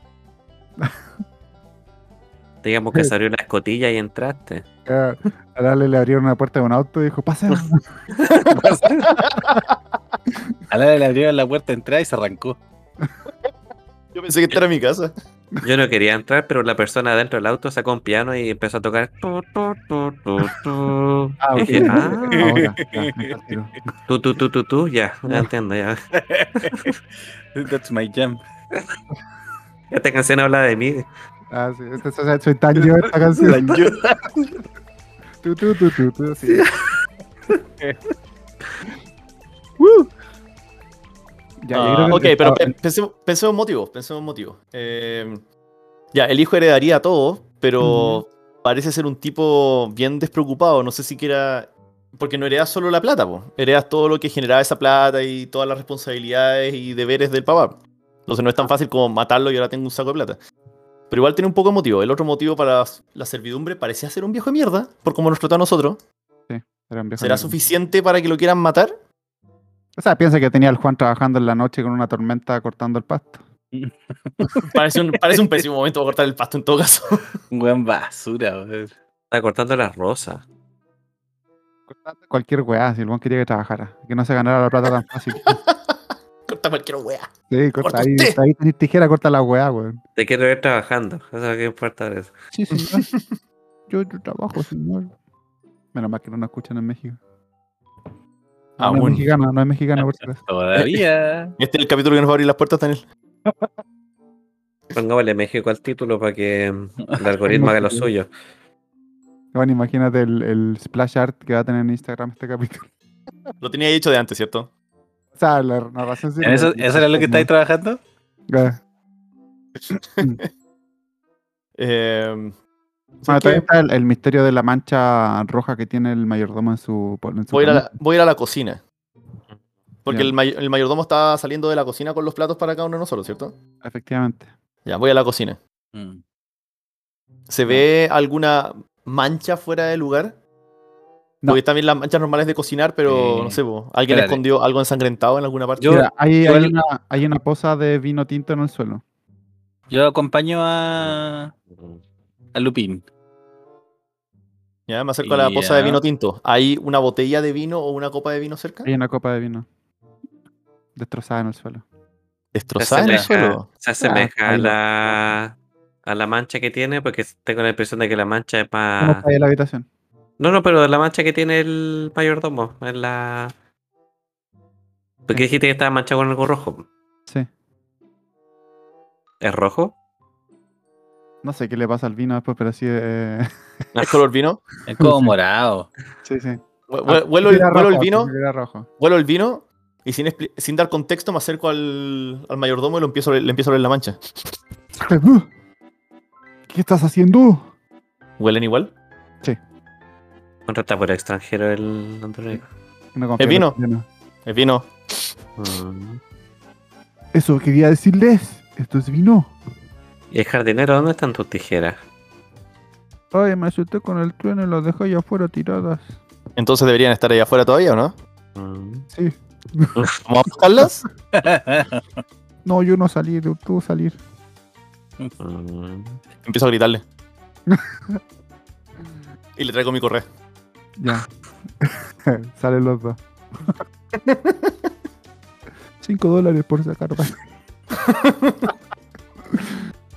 [SPEAKER 4] Digamos que se abrió la escotilla y entraste.
[SPEAKER 2] Eh, Ahora le, le abrieron una puerta de un auto y dijo, pasen.
[SPEAKER 1] A la le abrieron la puerta de entrada y se arrancó.
[SPEAKER 3] Yo pensé que esta era mi casa.
[SPEAKER 4] Yo no quería entrar, pero la persona dentro del auto sacó un piano y empezó a tocar. Tu, tu, tu, tu, tu.
[SPEAKER 2] Ah,
[SPEAKER 4] Y
[SPEAKER 2] ok.
[SPEAKER 4] dije, ah,
[SPEAKER 2] Ahora, ya, me partieron.
[SPEAKER 4] tu, tu, tu, tu, tu, ya, ya entiendo, ya.
[SPEAKER 1] That's my jam.
[SPEAKER 4] Esta canción habla de mí.
[SPEAKER 2] Ah, sí, este- o sea, soy tan yo de esta canción. Tú, tú, tú, tú, tú, sí. Woo. Ya, yo
[SPEAKER 3] Ah,
[SPEAKER 2] creo que
[SPEAKER 3] ok,
[SPEAKER 2] el-
[SPEAKER 3] pero
[SPEAKER 2] ah,
[SPEAKER 3] pe- pensemos, pensemos motivos, pensemos motivos. Eh, ya, el hijo heredaría a todos, pero
[SPEAKER 2] Ujú.
[SPEAKER 3] parece ser un tipo bien despreocupado. No sé si quiera. Porque no heredas solo la plata, po. heredas todo lo que generaba esa plata y todas las responsabilidades y deberes del papá. Entonces no es tan fácil como matarlo y ahora tengo un saco de plata. Pero igual tiene un poco de motivo. El otro motivo para la servidumbre parecía ser un viejo de mierda, por como nos trató a nosotros.
[SPEAKER 2] era un viejo
[SPEAKER 3] ¿Será
[SPEAKER 2] negro.
[SPEAKER 3] suficiente para que lo quieran matar?
[SPEAKER 2] O sea, piensa que tenía al Juan trabajando en la noche con una tormenta cortando el pasto.
[SPEAKER 3] Parece un, parece un pésimo momento para cortar el pasto en todo caso.
[SPEAKER 1] Un weón basura, weón.
[SPEAKER 4] Está cortando las rosas.
[SPEAKER 2] Cortando Cualquier weá, si el Juan quería que trabajara. Que no se ganara la plata tan fácil.
[SPEAKER 3] Corta cualquier wea.
[SPEAKER 2] Sí, corta
[SPEAKER 3] Corta
[SPEAKER 2] ahí,
[SPEAKER 3] usted.
[SPEAKER 2] ahí tenés tijera, corta la weá, weón.
[SPEAKER 4] Te quiero ver trabajando. Eso es lo que importa de eso.
[SPEAKER 2] Sí, señor. yo, yo trabajo, señor. Menos mal que no nos escuchan en México. No, no es
[SPEAKER 3] Aún.
[SPEAKER 2] mexicano, no es mexicano, por si acaso.
[SPEAKER 1] Todavía.
[SPEAKER 3] Este es el capítulo que nos va a abrir las puertas, Daniel.
[SPEAKER 4] Pongámosle México al título para que mm, el algoritmo haga lo suyo.
[SPEAKER 2] Bueno, imagínate el, el splash art que va a tener en Instagram este capítulo.
[SPEAKER 3] Lo tenía hecho de antes, ¿cierto?
[SPEAKER 2] O sea, la narración sí.
[SPEAKER 1] ¿En eso, ¿Eso era lo que estáis trabajando?
[SPEAKER 2] Ah,
[SPEAKER 3] Eh, ¿sabes
[SPEAKER 2] Bueno,
[SPEAKER 3] qué?
[SPEAKER 2] todavía Ah, está el, el misterio de la mancha roja que tiene el mayordomo en su. en su
[SPEAKER 3] voy, a ir a la,
[SPEAKER 2] camisa.
[SPEAKER 3] voy a ir a la cocina. Porque
[SPEAKER 2] Ya.
[SPEAKER 3] el, may- el mayordomo está saliendo de la cocina con los platos para cada uno de nosotros, ¿cierto?
[SPEAKER 2] Efectivamente.
[SPEAKER 3] Ya, voy a la cocina.
[SPEAKER 1] Mm.
[SPEAKER 3] ¿Se ve alguna mancha fuera de lugar?
[SPEAKER 2] No.
[SPEAKER 3] Porque también las manchas normales de cocinar, pero
[SPEAKER 1] Sí.
[SPEAKER 3] no sé, po, alguien
[SPEAKER 1] Espérate.
[SPEAKER 3] escondió algo ensangrentado en alguna parte.
[SPEAKER 1] Yo-
[SPEAKER 2] Mira, hay,
[SPEAKER 1] yo
[SPEAKER 2] hay
[SPEAKER 1] el-
[SPEAKER 2] una, hay una poza de vino tinto en el suelo.
[SPEAKER 1] Yo acompaño a, a Lupín.
[SPEAKER 3] Ya, me acerco a la poza de
[SPEAKER 1] Ya.
[SPEAKER 3] vino tinto. ¿Hay una botella de vino o una copa de vino cerca?
[SPEAKER 2] Hay una copa de vino destrozada en el suelo.
[SPEAKER 4] Se
[SPEAKER 3] Destrozada en el
[SPEAKER 4] asemeja,
[SPEAKER 3] suelo.
[SPEAKER 4] se asemeja
[SPEAKER 2] Ah, ahí
[SPEAKER 4] a,
[SPEAKER 2] va.
[SPEAKER 4] la, a la mancha que tiene, porque tengo la impresión de que la mancha es
[SPEAKER 3] Ah.
[SPEAKER 2] ¿Cómo
[SPEAKER 4] para.
[SPEAKER 2] está ahí la habitación?
[SPEAKER 4] No, no, pero la mancha que tiene el mayordomo es la. Porque dijiste que estaba manchado con algo rojo.
[SPEAKER 2] Sí.
[SPEAKER 4] ¿Es rojo?
[SPEAKER 2] No sé qué le pasa al vino después, pero sí. eh,
[SPEAKER 3] ¿Es color vino?
[SPEAKER 1] Es como morado.
[SPEAKER 2] sí, sí.
[SPEAKER 3] Hue- hue- Huelo el,
[SPEAKER 2] Era
[SPEAKER 3] huelo el
[SPEAKER 2] rojo,
[SPEAKER 3] vino,
[SPEAKER 2] sí, era rojo.
[SPEAKER 3] huelo el vino y sin, expli- sin dar contexto me acerco al, al mayordomo y lo empiezo, a oler- le empiezo a oler la mancha.
[SPEAKER 2] ¿Qué estás haciendo?
[SPEAKER 3] ¿Huelen igual?
[SPEAKER 4] Contrata por extranjero el Antonio.
[SPEAKER 2] No confío
[SPEAKER 3] ¿Es
[SPEAKER 2] en
[SPEAKER 3] vino?
[SPEAKER 2] los chilenos.
[SPEAKER 3] Es vino.
[SPEAKER 4] Mm.
[SPEAKER 2] Eso quería decirles. Esto es vino.
[SPEAKER 4] ¿Y el jardinero dónde están tus tijeras?
[SPEAKER 2] Ay, me asusté con el trueno y los dejé allá afuera tiradas.
[SPEAKER 3] Entonces deberían estar allá afuera todavía, ¿o no?
[SPEAKER 4] Mm.
[SPEAKER 2] Sí.
[SPEAKER 3] ¿Vamos a buscarlas?
[SPEAKER 2] No, yo no salí, tú tú salir.
[SPEAKER 4] Mm.
[SPEAKER 3] Empiezo a gritarle. y le traigo mi correo.
[SPEAKER 2] Ya. Salen los dos. Cinco dólares por sacar. pa-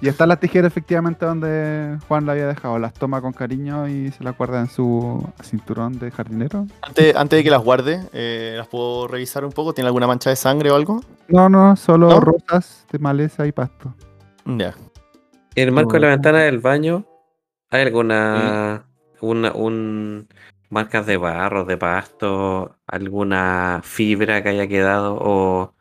[SPEAKER 2] y está la tijera efectivamente donde Juan la había dejado. Las toma con cariño y se las guarda en su cinturón de jardinero.
[SPEAKER 3] Antes, antes de que las guarde, eh, ¿las puedo revisar un poco? ¿Tiene alguna mancha de sangre o algo?
[SPEAKER 2] No, no, solo
[SPEAKER 3] ¿No?
[SPEAKER 2] rosas de maleza y pasto.
[SPEAKER 3] Ya.
[SPEAKER 4] En el marco de la ventana del baño, ¿hay alguna. Una, un, marcas de barro, de pasto, alguna fibra que haya quedado o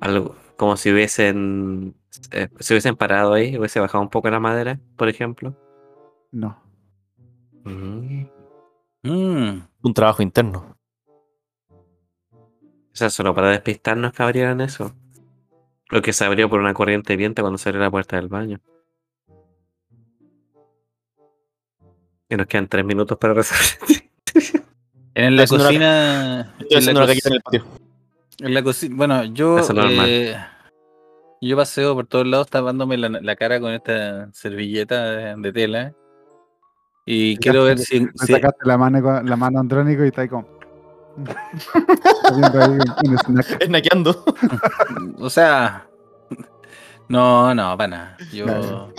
[SPEAKER 4] algo. Como si hubiesen. eh, se hubiesen parado ahí, hubiese bajado un poco la madera, por ejemplo.
[SPEAKER 2] No.
[SPEAKER 4] Mm.
[SPEAKER 1] Mm.
[SPEAKER 3] Un trabajo interno.
[SPEAKER 4] O sea, solo para despistarnos que abrieran eso. Lo que se abrió por una corriente de viento cuando se abrió la puerta del baño. Y nos quedan tres minutos para resolver.
[SPEAKER 1] En la
[SPEAKER 3] Estoy haciendo
[SPEAKER 1] cocina.
[SPEAKER 3] Estoy
[SPEAKER 1] en la
[SPEAKER 3] haciendo una
[SPEAKER 1] co-
[SPEAKER 3] caquita en el patio.
[SPEAKER 1] en la cocina. Bueno, yo.
[SPEAKER 4] Eso es normal.
[SPEAKER 1] eh, yo paseo por todos lados tapándome la, la cara con esta servilleta de, de tela. Y quiero ver si.
[SPEAKER 2] Me
[SPEAKER 1] si-
[SPEAKER 2] sacaste la mano, con- la mano andrónico y está ahí como. Haciendo ahí un- un snack.
[SPEAKER 3] Snaqueando.
[SPEAKER 1] o sea. No, no, para nada. Yo.
[SPEAKER 2] Claro.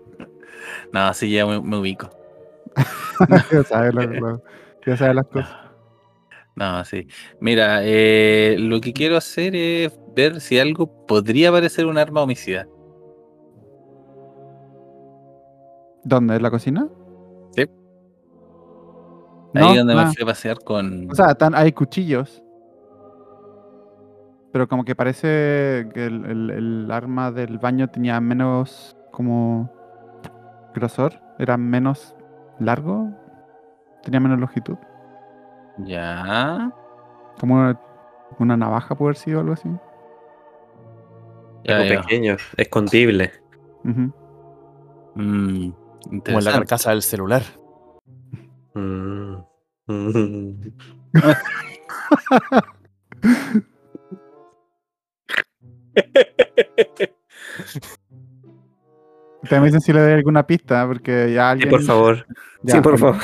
[SPEAKER 1] no, sí, ya me, me ubico.
[SPEAKER 2] ya sabes, lo- lo- ya sabes las cosas.
[SPEAKER 1] No, sí. Mira, eh, lo que quiero hacer es ver si algo podría parecer un arma homicida.
[SPEAKER 2] ¿Dónde? ¿En la cocina?
[SPEAKER 1] Sí. Ahí
[SPEAKER 2] No,
[SPEAKER 1] donde
[SPEAKER 2] nada.
[SPEAKER 1] me fui a pasear con.
[SPEAKER 2] O sea, están- hay cuchillos. Pero como que parece que el, el- el arma del baño tenía menos como grosor, era menos largo, tenía menos longitud.
[SPEAKER 1] ya.
[SPEAKER 2] Como una, una navaja puede haber sido algo así.
[SPEAKER 1] ya,
[SPEAKER 4] Algo
[SPEAKER 1] ya.
[SPEAKER 4] pequeño, escondible.
[SPEAKER 2] Ujú.
[SPEAKER 1] Mm,
[SPEAKER 3] Como en la
[SPEAKER 1] interesante.
[SPEAKER 3] carcasa del celular.
[SPEAKER 4] Mm. Mm.
[SPEAKER 2] También dicen si le doy alguna pista, porque ya alguien.
[SPEAKER 4] por favor.
[SPEAKER 2] ya,
[SPEAKER 4] sí, por favor.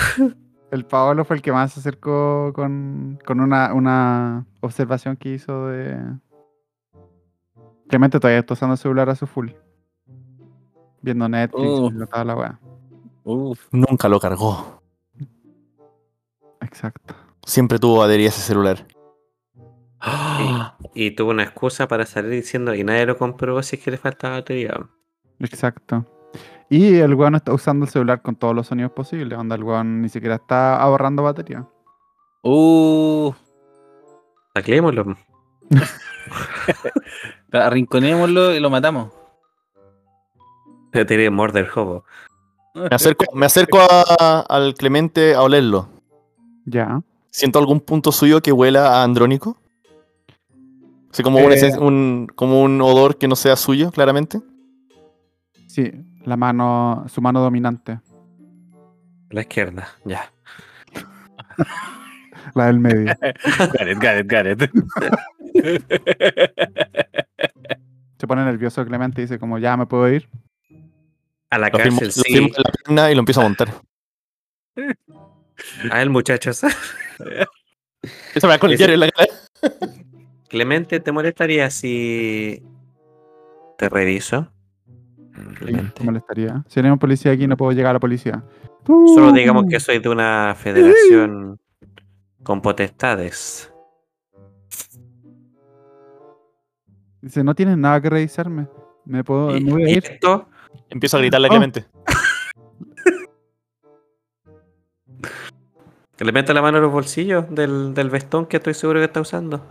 [SPEAKER 2] El Paolo fue el que más se acercó con, con una, una observación que hizo de. Clemente todavía está usando el celular a su full. Viendo Netflix,
[SPEAKER 1] Oh.
[SPEAKER 2] viendo toda la weá.
[SPEAKER 1] Uf,
[SPEAKER 3] Nunca lo cargó.
[SPEAKER 2] Exacto.
[SPEAKER 3] Siempre tuvo adherida a ese celular.
[SPEAKER 4] Y tuvo una excusa para salir diciendo y nadie lo comprobó si es que le faltaba batería.
[SPEAKER 2] Exacto. Y el weón está usando el celular con todos los sonidos posibles. Onda, el weón ni siquiera está ahorrando batería.
[SPEAKER 1] uh,
[SPEAKER 4] Saquémoslo.
[SPEAKER 1] arrinconémoslo y lo matamos.
[SPEAKER 4] Ya tiene Murder Hobo.
[SPEAKER 3] Me acerco, me acerco a- al Clemente a olerlo.
[SPEAKER 2] Ya.
[SPEAKER 3] ¿Siento algún punto suyo que huela a Andrónico? O sea, como, un,
[SPEAKER 2] Eh.
[SPEAKER 3] esen- un- como un odor que no sea suyo, claramente.
[SPEAKER 2] Sí, la mano, su mano dominante,
[SPEAKER 4] La izquierda, ya.
[SPEAKER 2] la del medio.
[SPEAKER 1] Gareth, Gareth, Gareth.
[SPEAKER 2] Se pone nervioso Clemente y dice como, ya me puedo ir.
[SPEAKER 4] A la
[SPEAKER 3] Lo firmo, lo
[SPEAKER 4] cárcel,
[SPEAKER 3] firmo
[SPEAKER 4] sí.
[SPEAKER 3] en la pierna y lo empiezo a montar.
[SPEAKER 4] A él, muchachos.
[SPEAKER 3] Eso me va con el
[SPEAKER 4] Ese-
[SPEAKER 3] diario en la cara.
[SPEAKER 4] Clemente, ¿te molestaría si te reviso? Clemente.
[SPEAKER 2] ¿Te molestaría? Si hay un policía aquí, no puedo llegar a la policía.
[SPEAKER 4] Solo digamos que soy de una federación con potestades.
[SPEAKER 2] Dice, no tienes nada que revisarme. Me puedo,
[SPEAKER 4] Y-
[SPEAKER 2] me Oh, voy a
[SPEAKER 4] y
[SPEAKER 2] ir.
[SPEAKER 4] esto,
[SPEAKER 3] Empiezo a gritarle a
[SPEAKER 2] Oh.
[SPEAKER 3] Clemente.
[SPEAKER 4] le meto la mano en los bolsillos del, del vestón que estoy seguro que está usando.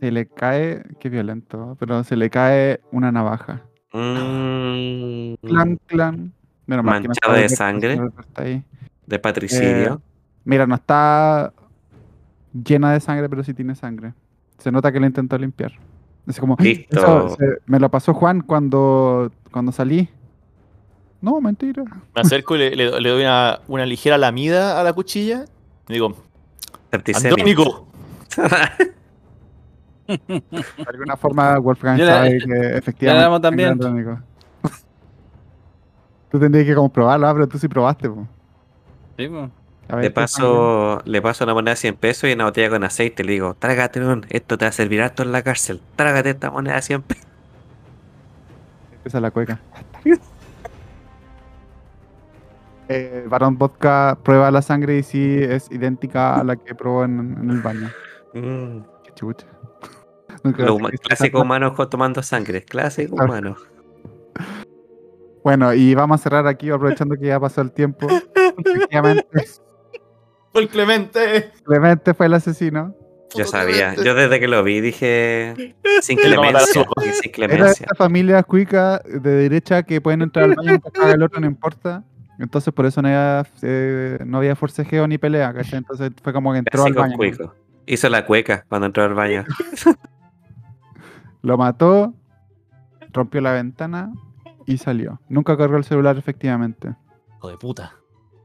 [SPEAKER 2] Se le cae, qué violento, pero se le cae una navaja.
[SPEAKER 4] Mm,
[SPEAKER 2] Clan, clan. Menos mal que no
[SPEAKER 4] Manchada
[SPEAKER 2] está
[SPEAKER 4] de
[SPEAKER 2] Alberto,
[SPEAKER 4] sangre.
[SPEAKER 2] si no, Alberto está ahí.
[SPEAKER 4] de patricidio.
[SPEAKER 2] Mira, no está llena de sangre, pero sí tiene sangre. Se nota que lo intentó limpiar. Es como, "Ah,
[SPEAKER 4] Listo.
[SPEAKER 2] eso se- me lo pasó Juan cuando, cuando salí. No, mentira.
[SPEAKER 3] Me acerco y le, le- le doy una, una ligera lamida a la cuchilla. Y digo,
[SPEAKER 2] eh,
[SPEAKER 4] septicemia.
[SPEAKER 3] Andrónico,
[SPEAKER 2] De alguna forma Wolfgang
[SPEAKER 1] Ya la-
[SPEAKER 2] sabe que efectivamente.
[SPEAKER 1] damos también.
[SPEAKER 2] tengo Andrónico. tú tendrías que como probarlo, ah, pero tú sí probaste. po.
[SPEAKER 1] Sí, po.
[SPEAKER 2] A ver, ¿qué
[SPEAKER 4] Le
[SPEAKER 2] sangre?
[SPEAKER 4] paso, le paso una moneda de 100 pesos y una botella con aceite. Le digo, trágate un, esto te va a servir harto en la cárcel. Trágate esta moneda de 100 pesos.
[SPEAKER 2] Empieza la cueca. Eh, Barón Vodka prueba la sangre y sí es idéntica a la que probó en, en el baño.
[SPEAKER 4] Mm,
[SPEAKER 2] Qué chucha. Nunca
[SPEAKER 4] lo
[SPEAKER 2] pensé
[SPEAKER 4] huma-
[SPEAKER 2] que
[SPEAKER 4] clásico
[SPEAKER 2] esa-
[SPEAKER 4] humano co- tomando sangre. Clásico
[SPEAKER 2] Claro.
[SPEAKER 4] humano.
[SPEAKER 2] Bueno, y vamos a cerrar aquí aprovechando que ya pasó el tiempo. Efectivamente,
[SPEAKER 3] por Clemente.
[SPEAKER 2] Clemente fue el asesino.
[SPEAKER 4] Yo sabía. Yo desde que lo vi dije, sin clemencia. dije,
[SPEAKER 2] Era
[SPEAKER 4] sin
[SPEAKER 2] de
[SPEAKER 4] clemencia.
[SPEAKER 2] esta familia cuica de derecha que pueden entrar al baño mientras caga el otro, no importa. Entonces por eso no había, eh, no había forcejeo ni pelea, ¿cachai? Entonces fue como que entró al
[SPEAKER 4] Clásico
[SPEAKER 2] baño.
[SPEAKER 4] cuico. Hizo la cueca cuando entró al baño.
[SPEAKER 2] Lo mató, rompió la ventana y salió. Nunca cargó el celular efectivamente.
[SPEAKER 3] Hijo de puta.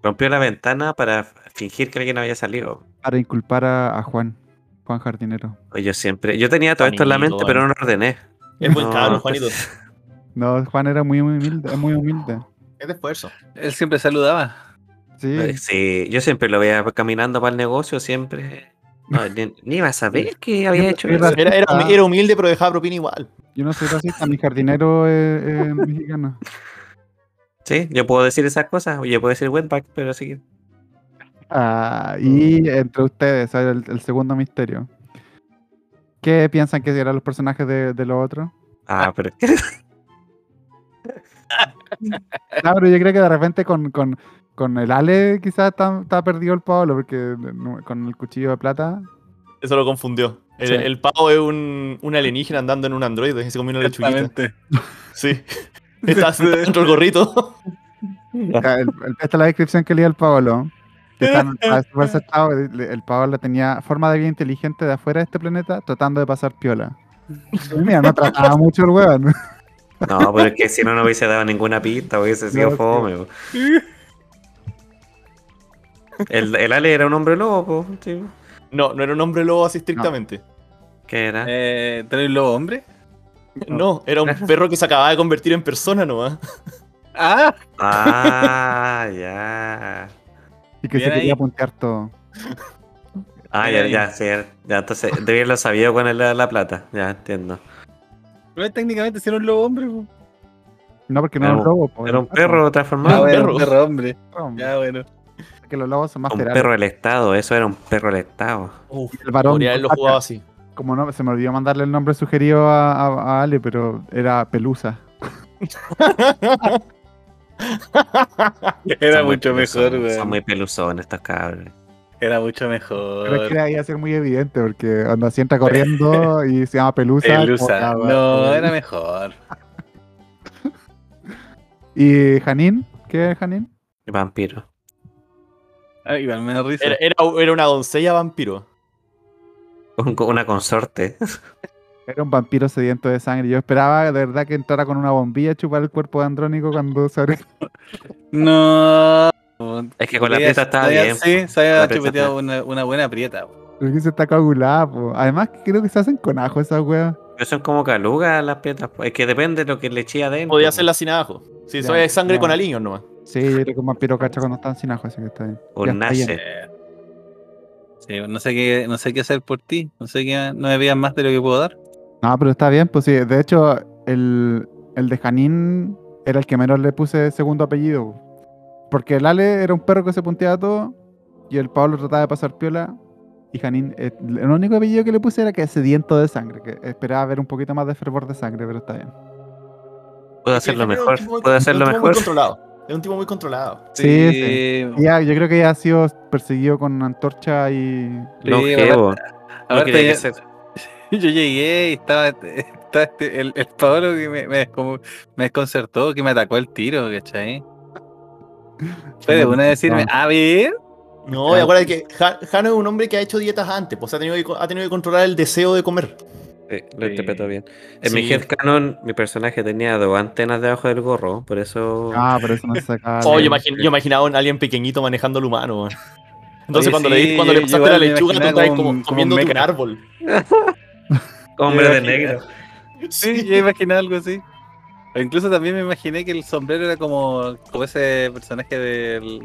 [SPEAKER 4] Rompió la ventana para fingir que alguien había salido.
[SPEAKER 2] Para inculpar a, a Juan, Juan Jardinero.
[SPEAKER 4] Oye, Yo siempre. Yo tenía todo esto en la
[SPEAKER 3] Amigo,
[SPEAKER 4] mente, pero no lo ordené.
[SPEAKER 3] Es buen
[SPEAKER 4] No.
[SPEAKER 3] cabrón, Juanito.
[SPEAKER 2] No, Juan era muy humilde, muy humilde.
[SPEAKER 3] Es de esfuerzo.
[SPEAKER 1] Él siempre saludaba.
[SPEAKER 2] Sí,
[SPEAKER 4] Sí, yo siempre lo veía caminando para el negocio, siempre. No, ni, ni iba a saber que había hecho
[SPEAKER 2] Era-
[SPEAKER 4] eso.
[SPEAKER 3] Era, era humi- era humilde, pero dejaba propina igual.
[SPEAKER 2] yo no soy racista, mi jardinero es es mexicano.
[SPEAKER 4] Sí, yo puedo decir esas cosas, yo puedo decir wetback, pero así que.
[SPEAKER 2] Ah, y entre ustedes, ahora el, el segundo misterio. ¿Qué piensan que eran los personajes de, de los otros?
[SPEAKER 4] Ah, pero.
[SPEAKER 2] No, pero yo creo que de repente con, con, con el Ale quizás está, está perdido el Pablo, porque no- con el cuchillo de plata.
[SPEAKER 3] Eso lo confundió. El,
[SPEAKER 2] Sí.
[SPEAKER 3] el pavo es un, un alienígena andando en un androide, así como una lechuguita.
[SPEAKER 1] Exactamente.
[SPEAKER 3] Sí. Está sentado dentro del gorrito.
[SPEAKER 2] Ya, el- el- esta es la descripción que leía el Pablo. que están- estaba súper cerrado, El el Pablo tenía forma de vida inteligente de afuera de este planeta, tratando de pasar piola. Mira, no trataba mucho el huevón.
[SPEAKER 4] No, pero es que si no, no hubiese dado ninguna pista, hubiese sido
[SPEAKER 2] No,
[SPEAKER 4] fome. po. El, el Ale era un hombre lobo, po, sí.
[SPEAKER 3] No, no era un hombre lobo así estrictamente.
[SPEAKER 4] ¿Qué era?
[SPEAKER 1] Eh, ¿Tenés un lobo hombre?
[SPEAKER 3] No, era un perro que se acababa de convertir en persona nomás.
[SPEAKER 1] ¡Ah!
[SPEAKER 4] Ah, ya.
[SPEAKER 2] Y que se
[SPEAKER 1] Bien ahí.
[SPEAKER 2] quería puntear todo.
[SPEAKER 4] Ah, ya, ya, sí. Ya, entonces, debí haberlo sabido con el de la plata. Ya, entiendo.
[SPEAKER 1] No es técnicamente si era un lobo hombre. po.
[SPEAKER 2] No, porque no
[SPEAKER 4] Era
[SPEAKER 2] era un
[SPEAKER 4] un-
[SPEAKER 2] lobo. po,
[SPEAKER 4] Era un perro
[SPEAKER 1] Ah,
[SPEAKER 3] un
[SPEAKER 4] transformado.
[SPEAKER 1] bueno,
[SPEAKER 3] perro.
[SPEAKER 1] un perro hombre.
[SPEAKER 2] perro,
[SPEAKER 1] Ya, bueno.
[SPEAKER 2] Que los lobos son más
[SPEAKER 4] Un
[SPEAKER 2] ferales.
[SPEAKER 4] perro del Estado, eso era un perro del Estado.
[SPEAKER 2] El varón
[SPEAKER 3] Podría haberlo
[SPEAKER 2] alpaca.
[SPEAKER 3] jugado así.
[SPEAKER 2] Como no, se me olvidó mandarle el nombre sugerido a, a- a Ale, pero era Pelusa.
[SPEAKER 1] Era
[SPEAKER 4] Son muy
[SPEAKER 1] mucho
[SPEAKER 4] peluzones,
[SPEAKER 1] mejor,
[SPEAKER 4] Son
[SPEAKER 1] weón.
[SPEAKER 4] muy peluzones estos cabros.
[SPEAKER 1] Era mucho
[SPEAKER 2] Pero es que
[SPEAKER 1] mejor.
[SPEAKER 2] ahí iba a ser muy evidente, porque cuando así entra corriendo y se llama Pelusa. como,
[SPEAKER 1] Pelusa.
[SPEAKER 2] ya, va,
[SPEAKER 1] No,
[SPEAKER 2] eh.
[SPEAKER 1] era mejor.
[SPEAKER 2] ¿Y Janín? ¿Qué es Janín?
[SPEAKER 4] Vampiro.
[SPEAKER 1] Ah, igual me da risa.
[SPEAKER 3] Era, era- era una doncella vampiro.
[SPEAKER 4] Un- una consorte.
[SPEAKER 2] Era un vampiro sediento de sangre. Yo esperaba de verdad que entrara con una bombilla a chupar el cuerpo de Andrónico cuando se abrió.
[SPEAKER 1] No.
[SPEAKER 4] Es que con la prieta estaba
[SPEAKER 1] Sabía-
[SPEAKER 4] bien.
[SPEAKER 1] Sí, se había
[SPEAKER 4] La prieta
[SPEAKER 1] chupeteado una, una buena prieta. po.
[SPEAKER 2] Pero que se está coagulada, po. Además, creo que se hacen con ajo esas weas.
[SPEAKER 4] Pero son como calugas las piedras. pues, Es que depende de lo que le eché adentro.
[SPEAKER 3] Podía
[SPEAKER 4] pues.
[SPEAKER 3] hacerla sin abajo. Sí,
[SPEAKER 2] Ya,
[SPEAKER 3] eso es sangre
[SPEAKER 2] ya.
[SPEAKER 3] con aliños nomás.
[SPEAKER 2] Sí, yo creo que un vampiro cacha cuando están sin ajo, así que está bien.
[SPEAKER 4] Un
[SPEAKER 2] Ya está
[SPEAKER 4] nace.
[SPEAKER 2] bien.
[SPEAKER 1] Eh, Sí, no sé qué, no sé qué hacer por ti. No sé qué, no me veas más de lo que puedo dar.
[SPEAKER 2] No, pero está bien, pues sí. De hecho, el, el de Janín era el que menos le puse segundo apellido. po. Porque el Ale era un perro que se punteaba todo y el Pablo trataba de pasar piola. Y Janín, eh, el único apellido que le puse era que sediento de sangre, que esperaba ver un poquito más de fervor de sangre, pero está bien.
[SPEAKER 4] Puedo
[SPEAKER 3] Es que
[SPEAKER 4] hacerlo
[SPEAKER 3] Jaime era un
[SPEAKER 4] mejor.
[SPEAKER 3] tipo muy-
[SPEAKER 4] Puedo
[SPEAKER 3] era
[SPEAKER 4] hacerlo
[SPEAKER 3] un tipo muy
[SPEAKER 4] mejor.
[SPEAKER 3] controlado. Era un tipo muy controlado.
[SPEAKER 2] Sí,
[SPEAKER 1] sí.
[SPEAKER 2] Ya, yo creo que ya ha sido perseguido con una antorcha y.
[SPEAKER 4] Longevo. No
[SPEAKER 1] Aparte,
[SPEAKER 4] quería
[SPEAKER 1] ya-
[SPEAKER 4] que se-
[SPEAKER 1] Yo llegué y estaba, estaba este- el, el Paolo que me, me descom- me desconcertó, que me atacó el tiro, ¿cachai? Fue de una decirme, a ver.
[SPEAKER 3] No, y acuérdate que Ja- Jano es un hombre que ha hecho dietas antes, pues ha tenido que, co- ha tenido que controlar el deseo de comer.
[SPEAKER 4] Sí, eh, lo
[SPEAKER 1] Sí.
[SPEAKER 4] interpretó bien. En
[SPEAKER 3] Sí.
[SPEAKER 4] mi headcanon, mi personaje tenía dos antenas debajo del gorro, por eso.
[SPEAKER 2] Ah, pero eso no se saca.
[SPEAKER 3] Oh, yo,
[SPEAKER 2] de-
[SPEAKER 3] imagin- yo imaginaba a un alguien pequeñito manejando al humano. weón. Entonces,
[SPEAKER 1] Oye,
[SPEAKER 3] cuando,
[SPEAKER 1] sí,
[SPEAKER 3] le, cuando
[SPEAKER 1] yo-
[SPEAKER 3] le
[SPEAKER 1] yo
[SPEAKER 3] pasaste
[SPEAKER 1] igual
[SPEAKER 3] la
[SPEAKER 1] me
[SPEAKER 3] lechuga, tú
[SPEAKER 1] imaginaba
[SPEAKER 3] estabas
[SPEAKER 1] como un-
[SPEAKER 3] como
[SPEAKER 1] como un
[SPEAKER 3] comiéndote un
[SPEAKER 1] mecha.
[SPEAKER 3] árbol.
[SPEAKER 4] Hombre
[SPEAKER 1] Yo
[SPEAKER 4] de
[SPEAKER 1] imaginé-
[SPEAKER 4] negro.
[SPEAKER 1] Sí,
[SPEAKER 3] eh,
[SPEAKER 1] yo imaginé algo así. O incluso también me imaginé que el sombrero era como, como ese personaje del.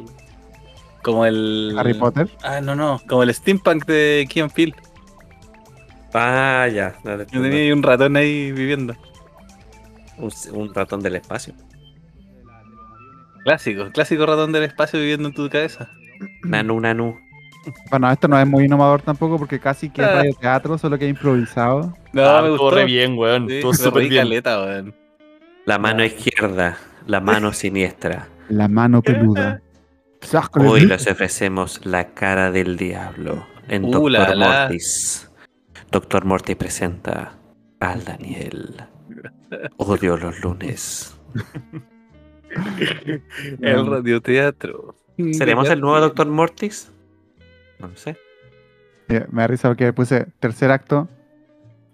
[SPEAKER 1] Como el.
[SPEAKER 2] Harry Potter.
[SPEAKER 1] Ah, no, no. Como el steampunk de Key and Peele.
[SPEAKER 4] Ah, ya. no, no,
[SPEAKER 1] Yo tenía ahí un ratón ahí viviendo.
[SPEAKER 4] un, un ratón del espacio.
[SPEAKER 1] Clásico, clásico ratón del espacio viviendo en tu cabeza.
[SPEAKER 4] Nanu, nanu.
[SPEAKER 2] Bueno, esto no es muy innovador tampoco porque casi que es
[SPEAKER 1] Ah.
[SPEAKER 2] radioteatro, solo que es improvisado.
[SPEAKER 1] No,
[SPEAKER 3] Ah,
[SPEAKER 1] me
[SPEAKER 3] estuvo
[SPEAKER 1] gustó.
[SPEAKER 3] re bien, weón.
[SPEAKER 1] Sí,
[SPEAKER 3] estuvo
[SPEAKER 1] me
[SPEAKER 3] súper
[SPEAKER 1] reí
[SPEAKER 3] bien.
[SPEAKER 1] caleta, weón.
[SPEAKER 4] La
[SPEAKER 1] Ah.
[SPEAKER 4] mano izquierda, la mano siniestra.
[SPEAKER 2] La mano peluda. Sasco de
[SPEAKER 4] Hoy
[SPEAKER 2] brillo.
[SPEAKER 4] les ofrecemos la cara del diablo en
[SPEAKER 1] Uh,
[SPEAKER 4] Doctor
[SPEAKER 1] la, la.
[SPEAKER 4] Mortis. Doctor Mortis presenta al Daniel. Odio los lunes.
[SPEAKER 1] El radioteatro.
[SPEAKER 4] ¿Seremos el nuevo Doctor Mortis? No sé.
[SPEAKER 2] Eh, Me da risa porque puse tercer acto.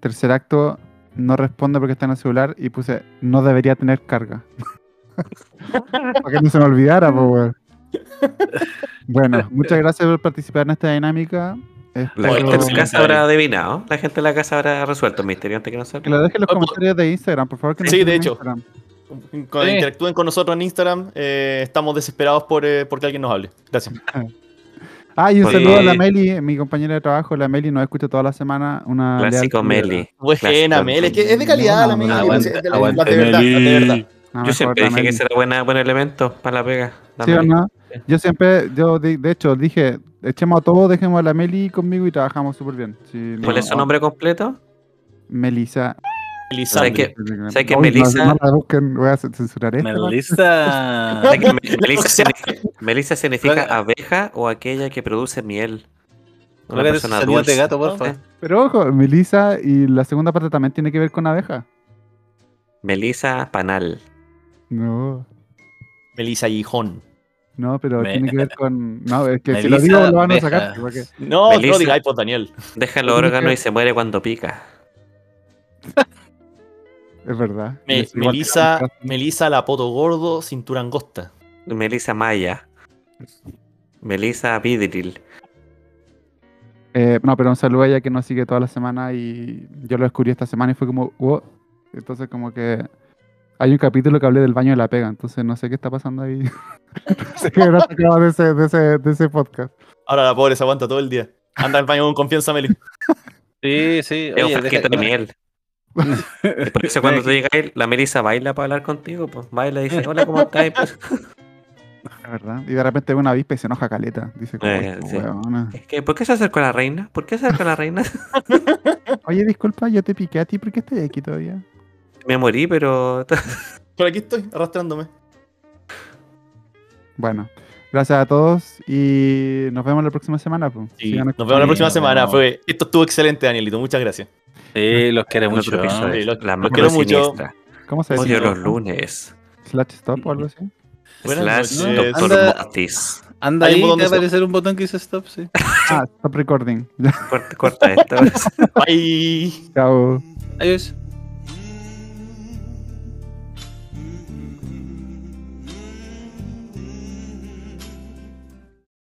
[SPEAKER 2] Tercer acto no responde porque está en el celular y puse no debería tener carga. Para que no se me olvidara, po, weón. Bueno, muchas gracias por participar en esta dinámica.
[SPEAKER 4] La
[SPEAKER 2] Espero
[SPEAKER 3] Oye,
[SPEAKER 4] gente en su
[SPEAKER 3] excelente.
[SPEAKER 4] casa habrá adivinado. La gente en la casa habrá resuelto el misterio antes que
[SPEAKER 2] que
[SPEAKER 4] nosotros.
[SPEAKER 2] lo dejen en los
[SPEAKER 3] Oye, po-
[SPEAKER 2] comentarios de Instagram, por favor. Que nos
[SPEAKER 3] Sí, de
[SPEAKER 2] sigan en
[SPEAKER 3] hecho.
[SPEAKER 2] Instagram.
[SPEAKER 3] Cuando
[SPEAKER 1] Sí.
[SPEAKER 3] interactúen con nosotros en Instagram, eh, estamos desesperados por eh, porque alguien nos hable. Gracias.
[SPEAKER 2] Ah, y un
[SPEAKER 4] Sí.
[SPEAKER 2] saludo a la Meli, mi compañera de trabajo. La Meli nos escucha toda la semana. Una leal
[SPEAKER 4] Clásico
[SPEAKER 2] seguidora.
[SPEAKER 4] Meli.
[SPEAKER 3] Buena,
[SPEAKER 4] Clásico
[SPEAKER 3] Mel. Es
[SPEAKER 4] Meli.
[SPEAKER 3] que es de calidad la Meli.
[SPEAKER 2] Ah,
[SPEAKER 1] Aguante,
[SPEAKER 3] es de- la-
[SPEAKER 1] aguante,
[SPEAKER 3] la de verdad, la de
[SPEAKER 1] Meli.
[SPEAKER 3] verdad.
[SPEAKER 2] La
[SPEAKER 4] Yo
[SPEAKER 2] Ah, mejor,
[SPEAKER 4] siempre
[SPEAKER 2] la
[SPEAKER 4] dije que
[SPEAKER 2] Meli.
[SPEAKER 4] ese era buena, buen elemento para la pega. la
[SPEAKER 2] ¿Sí o
[SPEAKER 4] Meli.
[SPEAKER 2] no? Yo siempre, yo di- de hecho dije, echemos a todos, dejemos a la Meli conmigo y trabajamos súper bien. Sí,
[SPEAKER 4] ¿Cuál
[SPEAKER 2] no,
[SPEAKER 4] es su nombre completo?
[SPEAKER 2] Melissa.
[SPEAKER 3] Lisandro.
[SPEAKER 4] que- ¿Sabes que
[SPEAKER 2] Uy,
[SPEAKER 4] Melissa-
[SPEAKER 2] No, no la busquen, voy a censurar esto.
[SPEAKER 1] Melissa.
[SPEAKER 4] ¿Sabes que me-
[SPEAKER 3] O
[SPEAKER 4] Melissa,
[SPEAKER 3] sea-
[SPEAKER 4] significa, Melissa significa
[SPEAKER 1] Oiga.
[SPEAKER 4] abeja o aquella que produce miel. Una
[SPEAKER 1] Tócate esos
[SPEAKER 4] persona
[SPEAKER 1] sonidos
[SPEAKER 4] dulce.
[SPEAKER 1] de gato, porfa.
[SPEAKER 4] ¿Eh?
[SPEAKER 2] Pero ojo, Melissa y la segunda parte también tiene que ver con abeja.
[SPEAKER 4] Melissa Panal.
[SPEAKER 2] No,
[SPEAKER 3] Melissa Gijón.
[SPEAKER 2] no, pero
[SPEAKER 1] Me-
[SPEAKER 2] tiene que ver con... No, es que si lo
[SPEAKER 1] Melissa
[SPEAKER 2] digo lo van a
[SPEAKER 1] abeja.
[SPEAKER 2] sacar. porque-
[SPEAKER 3] No, no
[SPEAKER 4] Melissa.
[SPEAKER 3] lo digáis, pues Daniel.
[SPEAKER 4] Deja los órganos y se muere cuando pica.
[SPEAKER 2] Es verdad.
[SPEAKER 3] Me-
[SPEAKER 2] Es igual que
[SPEAKER 3] Melissa,
[SPEAKER 2] la-
[SPEAKER 3] Melissa la poto gordo, cintura angosta.
[SPEAKER 4] Melissa Maya. Melissa Vidril.
[SPEAKER 2] Eh, no, pero un saludo a ella que nos sigue toda la semana y yo lo descubrí esta semana y fue como, wow. Entonces como que hay un capítulo que hablé del baño de la pega, entonces no sé qué está pasando ahí. no sé qué habrá sacado de ese, de ese- de ese podcast.
[SPEAKER 3] Ahora la pobre se aguanta todo el día. Anda al baño con confianza, Meli.
[SPEAKER 1] Sí, sí.
[SPEAKER 4] Es un
[SPEAKER 1] oye,
[SPEAKER 4] frasquito de
[SPEAKER 1] deja-
[SPEAKER 4] miel. Por eso cuando tú llegas, ahí, la Melissa baila para hablar contigo, pues baila y dice, hola, ¿cómo estás? Y, pues,
[SPEAKER 2] La verdad. Y de repente ve una avispa y se enoja caleta. Dice, como,
[SPEAKER 4] Eh,
[SPEAKER 2] "Uy,
[SPEAKER 4] sí.
[SPEAKER 2] weona".
[SPEAKER 4] es que, ¿por qué se acercó a la reina? ¿Por qué se acercó a la reina?
[SPEAKER 2] Oye, disculpa, yo te piqué a ti, ¿por qué estás aquí todavía?
[SPEAKER 4] Me morí, pero...
[SPEAKER 3] Por aquí estoy, arrastrándome.
[SPEAKER 2] Bueno, gracias a todos y nos vemos la próxima semana. pues.
[SPEAKER 3] Y
[SPEAKER 2] Sigan
[SPEAKER 3] nos vemos la
[SPEAKER 1] Sí,
[SPEAKER 3] próxima
[SPEAKER 1] nos
[SPEAKER 3] semana.
[SPEAKER 1] vemos.
[SPEAKER 3] Fue, esto estuvo excelente, Danielito. Muchas gracias.
[SPEAKER 1] Sí, los quiere mucho.
[SPEAKER 4] Otro
[SPEAKER 1] ¿no?
[SPEAKER 4] episodio,
[SPEAKER 3] Sí, los-
[SPEAKER 4] la
[SPEAKER 3] los
[SPEAKER 4] mano
[SPEAKER 3] quiero mucho.
[SPEAKER 4] siniestra.
[SPEAKER 2] ¿Cómo se
[SPEAKER 4] Odio
[SPEAKER 2] dice?
[SPEAKER 4] los lunes.
[SPEAKER 2] ¿Slash stop o algo así?
[SPEAKER 3] Buenas
[SPEAKER 4] Slash
[SPEAKER 1] noches.
[SPEAKER 4] Doctor
[SPEAKER 1] Anda-
[SPEAKER 4] Mortis.
[SPEAKER 1] Anda
[SPEAKER 3] Hay un
[SPEAKER 1] ahí,
[SPEAKER 3] botón
[SPEAKER 1] te
[SPEAKER 3] de
[SPEAKER 1] va a aparecer un botón que dice stop, sí.
[SPEAKER 2] Ah, stop recording. Ya,
[SPEAKER 4] Corta, corta esto.
[SPEAKER 3] Bye.
[SPEAKER 2] Chao.
[SPEAKER 1] Adiós.